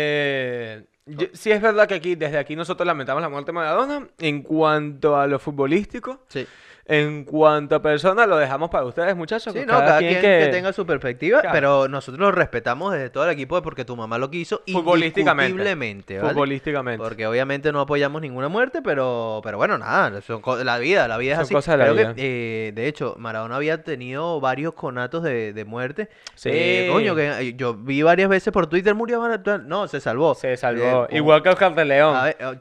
[SPEAKER 1] Eh, yo- sí es verdad que aquí, desde aquí nosotros lamentamos la muerte de Maradona. En cuanto a lo futbolístico,
[SPEAKER 4] Sí,
[SPEAKER 1] en cuanto a personas, lo dejamos para ustedes, muchachos. pues
[SPEAKER 4] Sí, no, cada, quien, que... tenga su perspectiva,
[SPEAKER 1] Claro.
[SPEAKER 4] pero nosotros lo respetamos desde todo el equipo de porque tu mamá lo quiso
[SPEAKER 1] Futbolísticamente.
[SPEAKER 4] indiscutiblemente, ¿vale?
[SPEAKER 1] futbolísticamente.
[SPEAKER 4] Porque obviamente no apoyamos ninguna muerte, pero, pero bueno, nada, son co- la vida, la vida es
[SPEAKER 1] Son
[SPEAKER 4] así.
[SPEAKER 1] cosas de la
[SPEAKER 4] Creo que, eh, de hecho, Maradona había tenido varios conatos de, de muerte.
[SPEAKER 1] Sí.
[SPEAKER 4] Eh, coño, que eh, yo vi varias veces por Twitter, murió Maradona. No, se salvó.
[SPEAKER 1] Se
[SPEAKER 4] Eh,
[SPEAKER 1] salvó.
[SPEAKER 4] con-
[SPEAKER 1] Igual que Oscar de León.
[SPEAKER 4] a ver, eh, [LAUGHS]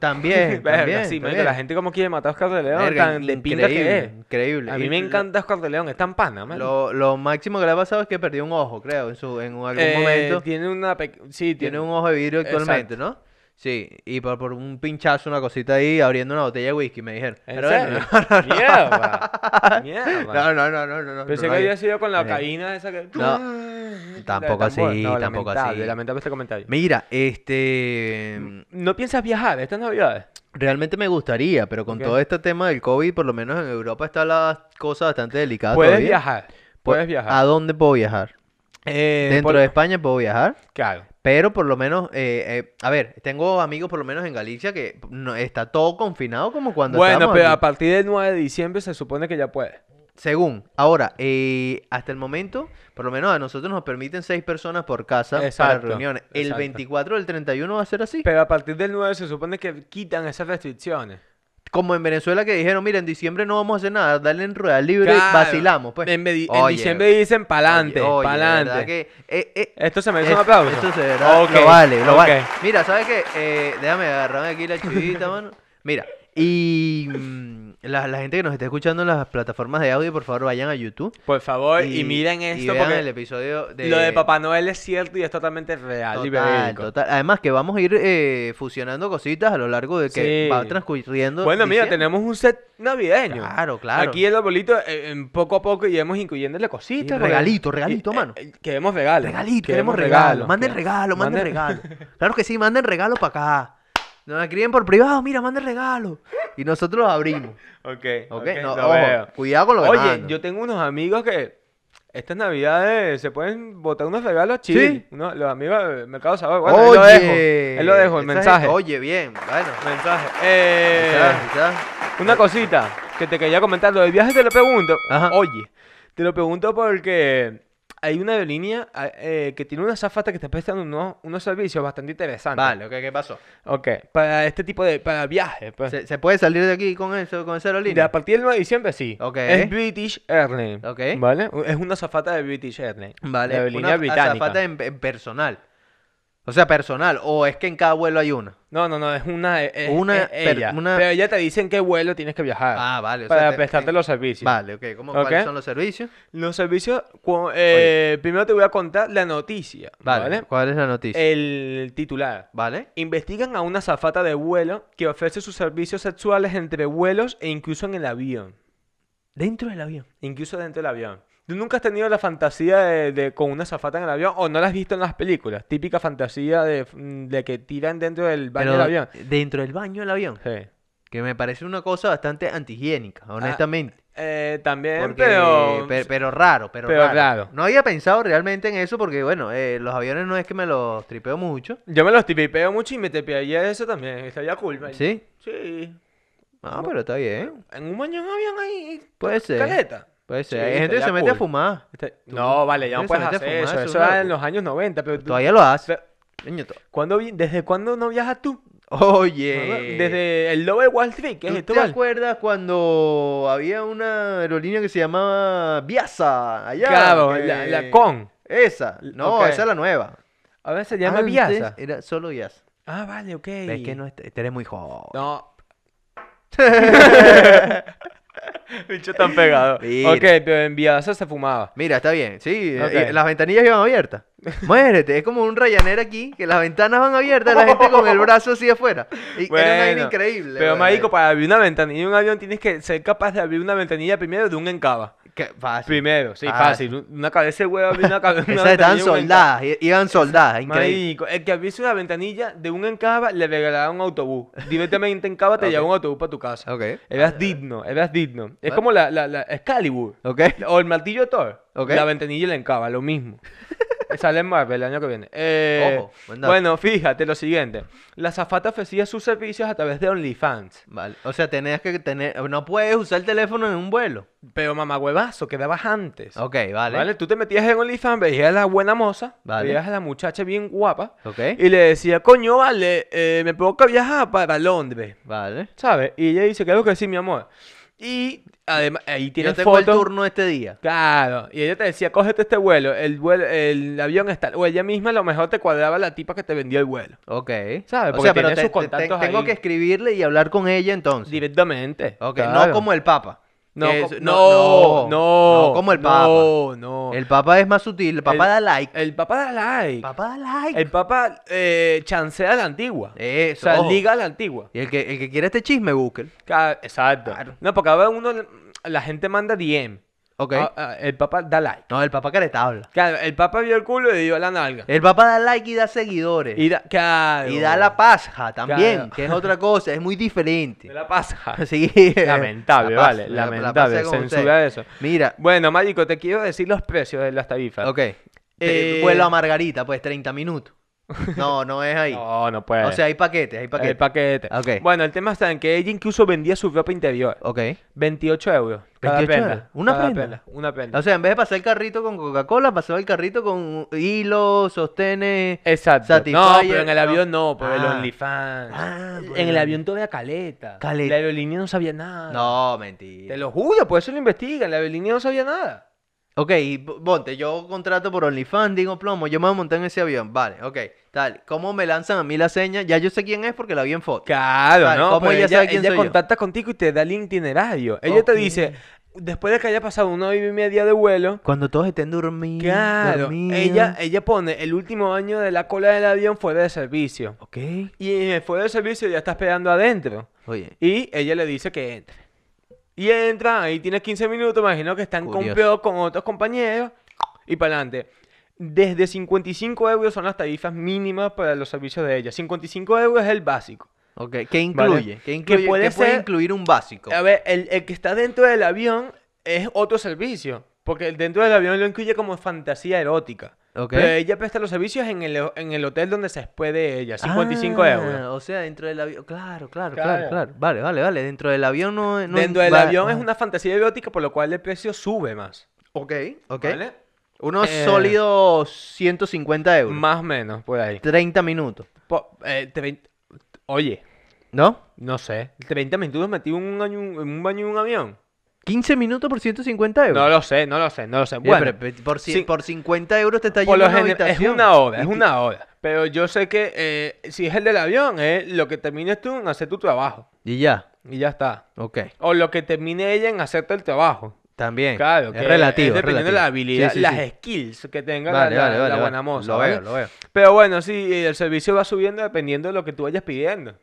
[SPEAKER 1] [LAUGHS]
[SPEAKER 4] también,
[SPEAKER 1] Verga,
[SPEAKER 4] también,
[SPEAKER 1] sí, marico,
[SPEAKER 4] también.
[SPEAKER 1] la gente como quiere matar a Oscar de León,
[SPEAKER 4] Verga,
[SPEAKER 1] tan de pinga que es.
[SPEAKER 4] increíble.
[SPEAKER 1] A
[SPEAKER 4] Y
[SPEAKER 1] mí me
[SPEAKER 4] lo-
[SPEAKER 1] encanta Oscar de León, es tan pana, man.
[SPEAKER 4] Lo, lo máximo que le ha pasado es que perdió un ojo, creo, en, su, en algún
[SPEAKER 1] Eh,
[SPEAKER 4] momento.
[SPEAKER 1] Tiene una... pe- Sí,
[SPEAKER 4] Tiene un ojo de vidrio
[SPEAKER 1] Exacto.
[SPEAKER 4] actualmente, ¿no? Sí, y por, por un pinchazo, una cosita ahí, abriendo una botella de whisky, me dijeron.
[SPEAKER 1] ¿En
[SPEAKER 4] Pero bueno,
[SPEAKER 1] serio? Mierda. Mierda.
[SPEAKER 4] [LAUGHS] No, no, no, no, no. no,
[SPEAKER 1] Pensé
[SPEAKER 4] no
[SPEAKER 1] que
[SPEAKER 4] hay-
[SPEAKER 1] había sido con la
[SPEAKER 4] Eh,
[SPEAKER 1] cocaína esa que...
[SPEAKER 4] no, tampoco
[SPEAKER 1] Tan bueno.
[SPEAKER 4] así,
[SPEAKER 1] No,
[SPEAKER 4] tampoco
[SPEAKER 1] lamentable,
[SPEAKER 4] así.
[SPEAKER 1] Lamentable este comentario.
[SPEAKER 4] Mira, este...
[SPEAKER 1] ¿No piensas viajar estas navidades?
[SPEAKER 4] Realmente me gustaría, pero con
[SPEAKER 1] Ok.
[SPEAKER 4] todo este tema del COVID, por lo menos en Europa está la cosa bastante delicada
[SPEAKER 1] Puedes
[SPEAKER 4] todavía.
[SPEAKER 1] viajar. Puedes viajar.
[SPEAKER 4] ¿A dónde puedo viajar?
[SPEAKER 1] Eh,
[SPEAKER 4] Pues, ah, Dentro
[SPEAKER 1] por-
[SPEAKER 4] de España puedo viajar.
[SPEAKER 1] Claro.
[SPEAKER 4] Pero por lo menos, eh, eh, a ver, tengo amigos por lo menos en Galicia que no, está todo confinado como cuando
[SPEAKER 1] Bueno,
[SPEAKER 4] estábamos
[SPEAKER 1] pero
[SPEAKER 4] aquí.
[SPEAKER 1] a partir del 9 de diciembre se supone que ya puede.
[SPEAKER 4] Según, ahora, eh, hasta el momento, por lo menos a nosotros nos permiten seis personas por casa para
[SPEAKER 1] Exacto,
[SPEAKER 4] reuniones. El
[SPEAKER 1] exacto.
[SPEAKER 4] 24 o el 31 va a ser así.
[SPEAKER 1] Pero a partir del 9 se supone que quitan esas restricciones.
[SPEAKER 4] Como en Venezuela que dijeron, mira, en diciembre no vamos a hacer nada, dale en rueda libre,
[SPEAKER 1] Claro.
[SPEAKER 4] vacilamos. Pues.
[SPEAKER 1] En, vedi- en
[SPEAKER 4] Oye,
[SPEAKER 1] diciembre dicen pa'lante,
[SPEAKER 4] oye, oye, de verdad
[SPEAKER 1] pa'lante.
[SPEAKER 4] que, eh, eh,
[SPEAKER 1] Esto se merece
[SPEAKER 4] es-
[SPEAKER 1] un aplauso.
[SPEAKER 4] Esto se verá-
[SPEAKER 1] Ok,
[SPEAKER 4] Lo vale, lo
[SPEAKER 1] ok.
[SPEAKER 4] vale. Mira, ¿sabes qué? Eh, déjame agarrarme aquí la chivita, mano. Mira, y mm, la, la gente que nos está escuchando en las plataformas de audio, por favor, vayan a YouTube.
[SPEAKER 1] Por favor, y, miren
[SPEAKER 4] y
[SPEAKER 1] esto
[SPEAKER 4] vean
[SPEAKER 1] porque
[SPEAKER 4] el episodio de...
[SPEAKER 1] lo de Papá Noel es cierto y es totalmente real y
[SPEAKER 4] Total,
[SPEAKER 1] verídico.
[SPEAKER 4] total. Además que vamos a ir eh, fusionando cositas a lo largo de que
[SPEAKER 1] Sí.
[SPEAKER 4] va transcurriendo.
[SPEAKER 1] Bueno, mira,
[SPEAKER 4] diciembre.
[SPEAKER 1] tenemos un set navideño.
[SPEAKER 4] Claro, claro.
[SPEAKER 1] Aquí el arbolito, eh, en poco a poco, iremos incluyéndole
[SPEAKER 4] Sí,
[SPEAKER 1] cositas. porque-
[SPEAKER 4] regalito,
[SPEAKER 1] Eh,
[SPEAKER 4] regalito,
[SPEAKER 1] eh,
[SPEAKER 4] mano.
[SPEAKER 1] Queremos regalos.
[SPEAKER 4] Regalito, queremos regalo. Manden regalo, manden regalo. Claro que sí, manden regalo para acá. Nos escriben por privado, mira, manden regalo. Y nosotros los abrimos.
[SPEAKER 1] [LAUGHS] Ok,
[SPEAKER 4] ¿Ok?
[SPEAKER 1] ok,
[SPEAKER 4] No,
[SPEAKER 1] lo
[SPEAKER 4] ojo,
[SPEAKER 1] veo.
[SPEAKER 4] cuidado con lo que
[SPEAKER 1] Oye,
[SPEAKER 4] mandan.
[SPEAKER 1] yo tengo unos amigos que estas navidades se pueden botar unos regalos chidos.
[SPEAKER 4] ¿Sí?
[SPEAKER 1] los amigos del Mercado Sabor. Bueno, ahí lo dejo. Ahí lo dejo, el
[SPEAKER 4] esa es-
[SPEAKER 1] mensaje.
[SPEAKER 4] Oye, bien, bueno.
[SPEAKER 1] Mensaje. Eh,
[SPEAKER 4] quizás, quizás.
[SPEAKER 1] una cosita que te quería comentar. Lo del viaje te lo pregunto.
[SPEAKER 4] Ajá.
[SPEAKER 1] Oye, te lo pregunto porque hay una aerolínea ah, eh, que tiene una zafata que te prestan unos, unos servicios bastante interesantes.
[SPEAKER 4] Vale, ok, ¿qué pasó?
[SPEAKER 1] Ok, para este tipo de... para viajes. pues.
[SPEAKER 4] ¿Se, se puede salir de aquí con eso, con esa
[SPEAKER 1] De
[SPEAKER 4] aerolínea?
[SPEAKER 1] a partir del 9 de diciembre sí.
[SPEAKER 4] Ok.
[SPEAKER 1] Es British Airlines.
[SPEAKER 4] Ok.
[SPEAKER 1] ¿Vale? Es una zafata de British Airlines.
[SPEAKER 4] Vale,
[SPEAKER 1] De
[SPEAKER 4] una
[SPEAKER 1] aerolínea británica.
[SPEAKER 4] azafata en, en personal. O sea, personal. O es que en cada vuelo hay una.
[SPEAKER 1] No, no, no, es una. Es,
[SPEAKER 4] Una
[SPEAKER 1] es
[SPEAKER 4] per-
[SPEAKER 1] ella.
[SPEAKER 4] una-
[SPEAKER 1] Pero ella te dice en qué vuelo tienes que viajar.
[SPEAKER 4] Ah, vale, o sea,
[SPEAKER 1] Para
[SPEAKER 4] te-
[SPEAKER 1] prestarte
[SPEAKER 4] en-
[SPEAKER 1] los servicios.
[SPEAKER 4] Vale, ok. ¿Cómo,
[SPEAKER 1] Ok.
[SPEAKER 4] ¿Cuáles son los servicios?
[SPEAKER 1] Los servicios. cu- eh, primero te voy a contar la noticia.
[SPEAKER 4] Vale.
[SPEAKER 1] Vale. Eh,
[SPEAKER 4] ¿Cuál es la noticia?
[SPEAKER 1] El titular.
[SPEAKER 4] vale.
[SPEAKER 1] Investigan a una zafata de vuelo que ofrece sus servicios sexuales entre vuelos e incluso en el avión.
[SPEAKER 4] Dentro del avión.
[SPEAKER 1] Incluso dentro del avión. ¿Tú nunca has tenido la fantasía de, de- con una zafata en el avión o no la has visto en las películas? Típica fantasía de, mm, de que tiran dentro del baño del avión.
[SPEAKER 4] Dentro del baño del avión.
[SPEAKER 1] Sí.
[SPEAKER 4] Que me parece una cosa bastante antihigiénica, honestamente.
[SPEAKER 1] Ah, Eh, también,
[SPEAKER 4] Porque-
[SPEAKER 1] pero...
[SPEAKER 4] pe- pero, raro, pero,
[SPEAKER 1] pero
[SPEAKER 4] raro.
[SPEAKER 1] raro.
[SPEAKER 4] No había pensado realmente en eso porque, bueno, eh, los aviones no es que me los tripeo mucho.
[SPEAKER 1] Yo me los tipipeo mucho y me tepearía eso también. Estaría cool, man.
[SPEAKER 4] ¿Sí?
[SPEAKER 1] Sí.
[SPEAKER 4] No, pero está bien.
[SPEAKER 1] En un baño en un avión ahí.
[SPEAKER 4] Puede ser.
[SPEAKER 1] Caleta.
[SPEAKER 4] Puede ser.
[SPEAKER 1] Sí,
[SPEAKER 4] Hay gente que se
[SPEAKER 1] estaría
[SPEAKER 4] mete a
[SPEAKER 1] cool.
[SPEAKER 4] fumar.
[SPEAKER 1] Este- No, vale, ya no
[SPEAKER 4] Ustedes
[SPEAKER 1] puedes hacer
[SPEAKER 4] se meten a
[SPEAKER 1] eso.
[SPEAKER 4] fumar,
[SPEAKER 1] Eso
[SPEAKER 4] eso es
[SPEAKER 1] era
[SPEAKER 4] una-
[SPEAKER 1] en los años 90, pero tú-
[SPEAKER 4] Todavía lo hace.
[SPEAKER 1] pero-
[SPEAKER 4] Coño, to-
[SPEAKER 1] ¿cuándo vi- ¿Desde cuándo no viajas tú?
[SPEAKER 4] Oye.
[SPEAKER 1] Desde el lobo de Wall Street, que es
[SPEAKER 4] ¿Tú
[SPEAKER 1] esto,
[SPEAKER 4] te
[SPEAKER 1] vale?
[SPEAKER 4] acuerdas cuando había una aerolínea que se llamaba Viasa? Allá.
[SPEAKER 1] Claro,
[SPEAKER 4] que-
[SPEAKER 1] la, la con.
[SPEAKER 4] Esa. No,
[SPEAKER 1] ok.
[SPEAKER 4] esa es la nueva.
[SPEAKER 1] A ver, se llama
[SPEAKER 4] Antes
[SPEAKER 1] Viasa.
[SPEAKER 4] Era solo Viasa.
[SPEAKER 1] Ah, vale, ok.
[SPEAKER 4] Es que no, est-
[SPEAKER 1] este
[SPEAKER 4] te eres muy joven. [LAUGHS]
[SPEAKER 1] No. Bicho tan pegado.
[SPEAKER 4] Mira.
[SPEAKER 1] Ok, pero en Viasa se fumaba.
[SPEAKER 4] Mira, está bien, sí,
[SPEAKER 1] Ok.
[SPEAKER 4] eh, las ventanillas iban abiertas.
[SPEAKER 1] [LAUGHS]
[SPEAKER 4] Muérete, es como un Ryanair aquí, que las ventanas van abiertas, la gente con el brazo así afuera. Y era una vaina
[SPEAKER 1] Bueno,
[SPEAKER 4] increíble.
[SPEAKER 1] Pero,
[SPEAKER 4] weón.
[SPEAKER 1] marico, para abrir una ventanilla de un avión tienes que ser capaz de abrir una ventanilla primero de un encaba.
[SPEAKER 4] Qué fácil.
[SPEAKER 1] Primero, sí,
[SPEAKER 4] Fácil.
[SPEAKER 1] fácil. Una cabeza de huevo abrir una cabeza.
[SPEAKER 4] Esas estaban soldadas, i- iban soldadas, increíble.
[SPEAKER 1] Marico, el que abriese una ventanilla de un encaba le regalaba un autobús. Directamente encaba te
[SPEAKER 4] [LAUGHS] Ok.
[SPEAKER 1] llevaba un autobús para tu casa.
[SPEAKER 4] Ok,
[SPEAKER 1] Eras digno, eras digno. Es como la, la, la Excalibur.
[SPEAKER 4] ok.
[SPEAKER 1] O el martillo de Thor.
[SPEAKER 4] Ok.
[SPEAKER 1] La ventanilla y la encaba, lo
[SPEAKER 4] [LAUGHS]
[SPEAKER 1] mismo. Sale en Marvel el año que viene. Eh,
[SPEAKER 4] Ojo, buen dato.
[SPEAKER 1] bueno, fíjate lo siguiente. La zafata ofrecía sus servicios a través de OnlyFans.
[SPEAKER 4] Vale, o sea, tenías que tener, no puedes usar el teléfono en un vuelo.
[SPEAKER 1] Pero mamá huevazo, quedabas antes.
[SPEAKER 4] Ok,
[SPEAKER 1] ¿Vale?
[SPEAKER 4] vale.
[SPEAKER 1] Tú te metías en OnlyFans, veías a la buena moza,
[SPEAKER 4] Vale.
[SPEAKER 1] veías a la muchacha bien guapa.
[SPEAKER 4] Ok,
[SPEAKER 1] Y le decía, coño, vale, eh, me provoca viajar para Londres.
[SPEAKER 4] vale.
[SPEAKER 1] ¿Sabes? Y ella dice, claro que sí, mi amor. Y además, ahí
[SPEAKER 4] Yo
[SPEAKER 1] tienes
[SPEAKER 4] tengo el
[SPEAKER 1] fotos.
[SPEAKER 4] turno este día.
[SPEAKER 1] Claro, y ella te decía, cógete este vuelo, el vuelo, el avión está, o ella misma a lo mejor te cuadraba la tipa que te vendió el vuelo.
[SPEAKER 4] Ok.
[SPEAKER 1] ¿Sabe?
[SPEAKER 4] O
[SPEAKER 1] Porque
[SPEAKER 4] sea, pero
[SPEAKER 1] tiene sus
[SPEAKER 4] te- te- te-
[SPEAKER 1] contactos
[SPEAKER 4] tengo
[SPEAKER 1] ahí.
[SPEAKER 4] que escribirle y hablar con ella entonces.
[SPEAKER 1] Directamente.
[SPEAKER 4] Ok, no
[SPEAKER 1] claro.
[SPEAKER 4] como el Papa.
[SPEAKER 1] no,
[SPEAKER 4] que
[SPEAKER 1] co-
[SPEAKER 4] es-
[SPEAKER 1] no, no,
[SPEAKER 4] no, como el Papa.
[SPEAKER 1] No, no.
[SPEAKER 4] El Papa es más sutil, el Papa
[SPEAKER 1] El-
[SPEAKER 4] da like.
[SPEAKER 1] El Papa da like.
[SPEAKER 4] El Papa da like.
[SPEAKER 1] El Papa eh, chancea a la antigua. o
[SPEAKER 4] Eso.
[SPEAKER 1] sea,
[SPEAKER 4] ojo.
[SPEAKER 1] liga a la antigua.
[SPEAKER 4] Y el que, el que quiera este chisme, busque.
[SPEAKER 1] Ca- Exacto.
[SPEAKER 4] Claro.
[SPEAKER 1] No, porque ahora uno, la gente manda DM.
[SPEAKER 4] Ok.
[SPEAKER 1] Ah, ah, el Papa da like.
[SPEAKER 4] No, el Papa caretabla.
[SPEAKER 1] Claro, el Papa vio el culo y dio la nalga.
[SPEAKER 4] El Papa da like y da seguidores.
[SPEAKER 1] Y da, claro.
[SPEAKER 4] Y da la paja también,
[SPEAKER 1] Claro.
[SPEAKER 4] que es otra cosa, es muy diferente.
[SPEAKER 1] De la pasa.
[SPEAKER 4] [LAUGHS] Sí.
[SPEAKER 1] [LAUGHS] Lamentable,
[SPEAKER 4] La paz-
[SPEAKER 1] vale,
[SPEAKER 4] la- la
[SPEAKER 1] lamentable,
[SPEAKER 4] paz sea con
[SPEAKER 1] censura
[SPEAKER 4] ustedes.
[SPEAKER 1] eso.
[SPEAKER 4] Mira,
[SPEAKER 1] Bueno, Mágico, te quiero decir los precios de las tarifas.
[SPEAKER 4] ok. Te-
[SPEAKER 1] Eh,
[SPEAKER 4] Vuelo a Margarita, pues
[SPEAKER 1] [LAUGHS]
[SPEAKER 4] 30 minutos. No, no es ahí.
[SPEAKER 1] No, no puede.
[SPEAKER 4] O sea, hay paquetes, hay
[SPEAKER 1] el
[SPEAKER 4] paquetes.
[SPEAKER 1] paquete.
[SPEAKER 4] Ok.
[SPEAKER 1] Bueno, el tema está en que ella incluso vendía su ropa interior.
[SPEAKER 4] ok.
[SPEAKER 1] 28 euros. cada
[SPEAKER 4] 28
[SPEAKER 1] prenda,
[SPEAKER 4] euros. ¿Una
[SPEAKER 1] cada
[SPEAKER 4] prenda?
[SPEAKER 1] Una prenda.
[SPEAKER 4] O sea, en vez de pasar el carrito con Coca-Cola, pasaba el carrito con hilos, sostenes.
[SPEAKER 1] Exacto. No,
[SPEAKER 4] Satisfyer,
[SPEAKER 1] pero en el
[SPEAKER 4] no.
[SPEAKER 1] avión no, por el
[SPEAKER 4] Ah.
[SPEAKER 1] OnlyFans.
[SPEAKER 4] Ah, por
[SPEAKER 1] en
[SPEAKER 4] el
[SPEAKER 1] el avión todavía caleta.
[SPEAKER 4] Caleta.
[SPEAKER 1] La aerolínea no sabía nada.
[SPEAKER 4] No, mentira.
[SPEAKER 1] Te lo juro, por eso lo investigan. La aerolínea no sabía nada.
[SPEAKER 4] Ok, y p- ponte, yo contrato por OnlyFans, digo plomo, yo me voy a montar en ese avión. Vale, ok, tal. ¿Cómo me lanzan a mí la seña? Ya yo sé quién es porque la vi en foto.
[SPEAKER 1] Claro,
[SPEAKER 4] Claro,
[SPEAKER 1] ¿no?
[SPEAKER 4] ¿cómo
[SPEAKER 1] Pero
[SPEAKER 4] ella
[SPEAKER 1] ella,
[SPEAKER 4] sabe quién
[SPEAKER 1] ella
[SPEAKER 4] soy yo?
[SPEAKER 1] contacta contigo y te da el itinerario. Ella te
[SPEAKER 4] Ok.
[SPEAKER 1] dice, después de que haya pasado una hora y media de vuelo,
[SPEAKER 4] Cuando todos estén dormidos.
[SPEAKER 1] claro,
[SPEAKER 4] dormidos.
[SPEAKER 1] ella, ella pone el último año de la cola del avión fuera de servicio.
[SPEAKER 4] Ok.
[SPEAKER 1] Y en el fuera de servicio ya está esperando adentro.
[SPEAKER 4] Oye,
[SPEAKER 1] Y ella le dice que entre. Y entra, ahí tienes 15 minutos, imagino que están
[SPEAKER 4] Curioso.
[SPEAKER 1] compeos con otros compañeros. Y para adelante. Desde 55 euros son las tarifas mínimas para los servicios de ella. 55 euros es el básico.
[SPEAKER 4] ok, ¿qué incluye? ¿Qué
[SPEAKER 1] Que
[SPEAKER 4] incluye? ¿Qué
[SPEAKER 1] puede
[SPEAKER 4] puede
[SPEAKER 1] ser-
[SPEAKER 4] incluir un básico?
[SPEAKER 1] A ver, el, el que está dentro del avión es otro servicio. Porque el dentro del avión lo incluye como fantasía erótica.
[SPEAKER 4] Ok.
[SPEAKER 1] Pero ella presta los servicios en el, en el hotel donde se hospede ella. 55
[SPEAKER 4] Ah,
[SPEAKER 1] euros.
[SPEAKER 4] O sea, dentro del avión. Claro, claro,
[SPEAKER 1] Claro.
[SPEAKER 4] claro, claro, Vale, vale, vale. Dentro del avión no. no
[SPEAKER 1] dentro del
[SPEAKER 4] va-
[SPEAKER 1] avión es
[SPEAKER 4] ah.
[SPEAKER 1] una fantasía erótica, por lo cual el precio sube más.
[SPEAKER 4] Ok, ok.
[SPEAKER 1] ¿Vale?
[SPEAKER 4] Unos
[SPEAKER 1] Eh,
[SPEAKER 4] sólidos 150 euros.
[SPEAKER 1] Más o menos, por ahí.
[SPEAKER 4] 30 minutos.
[SPEAKER 1] Po- eh, trein- Oye,
[SPEAKER 4] ¿No?
[SPEAKER 1] no sé. 30 minutos metido en un, año- en un baño de un avión.
[SPEAKER 4] 15 minutos por 150 euros.
[SPEAKER 1] No lo sé, no lo sé, no lo sé.
[SPEAKER 4] Oye,
[SPEAKER 1] Bueno,
[SPEAKER 4] pero pe- por, cien-
[SPEAKER 1] sí.
[SPEAKER 4] por 50 euros te está
[SPEAKER 1] por
[SPEAKER 4] yendo
[SPEAKER 1] lo
[SPEAKER 4] una
[SPEAKER 1] general, es
[SPEAKER 4] habitación.
[SPEAKER 1] una hora, es
[SPEAKER 4] Y-
[SPEAKER 1] una hora. Pero yo sé que eh, si es el del avión, es lo que termines tú en hacer tu trabajo.
[SPEAKER 4] Y ya,
[SPEAKER 1] Y ya está.
[SPEAKER 4] ok.
[SPEAKER 1] O lo que termine ella en hacerte el trabajo.
[SPEAKER 4] También.
[SPEAKER 1] Claro,
[SPEAKER 4] es
[SPEAKER 1] que
[SPEAKER 4] relativo.
[SPEAKER 1] es
[SPEAKER 4] es
[SPEAKER 1] dependiendo
[SPEAKER 4] relativo.
[SPEAKER 1] de la
[SPEAKER 4] Sí,
[SPEAKER 1] habilidad,
[SPEAKER 4] sí,
[SPEAKER 1] las
[SPEAKER 4] sí.
[SPEAKER 1] skills que tenga la-
[SPEAKER 4] Vale,
[SPEAKER 1] la,
[SPEAKER 4] vale,
[SPEAKER 1] la
[SPEAKER 4] vale,
[SPEAKER 1] buena
[SPEAKER 4] vale.
[SPEAKER 1] moza,
[SPEAKER 4] Lo
[SPEAKER 1] ¿vale?
[SPEAKER 4] veo, lo veo.
[SPEAKER 1] Pero bueno, sí, el servicio va subiendo dependiendo de lo que tú vayas pidiendo.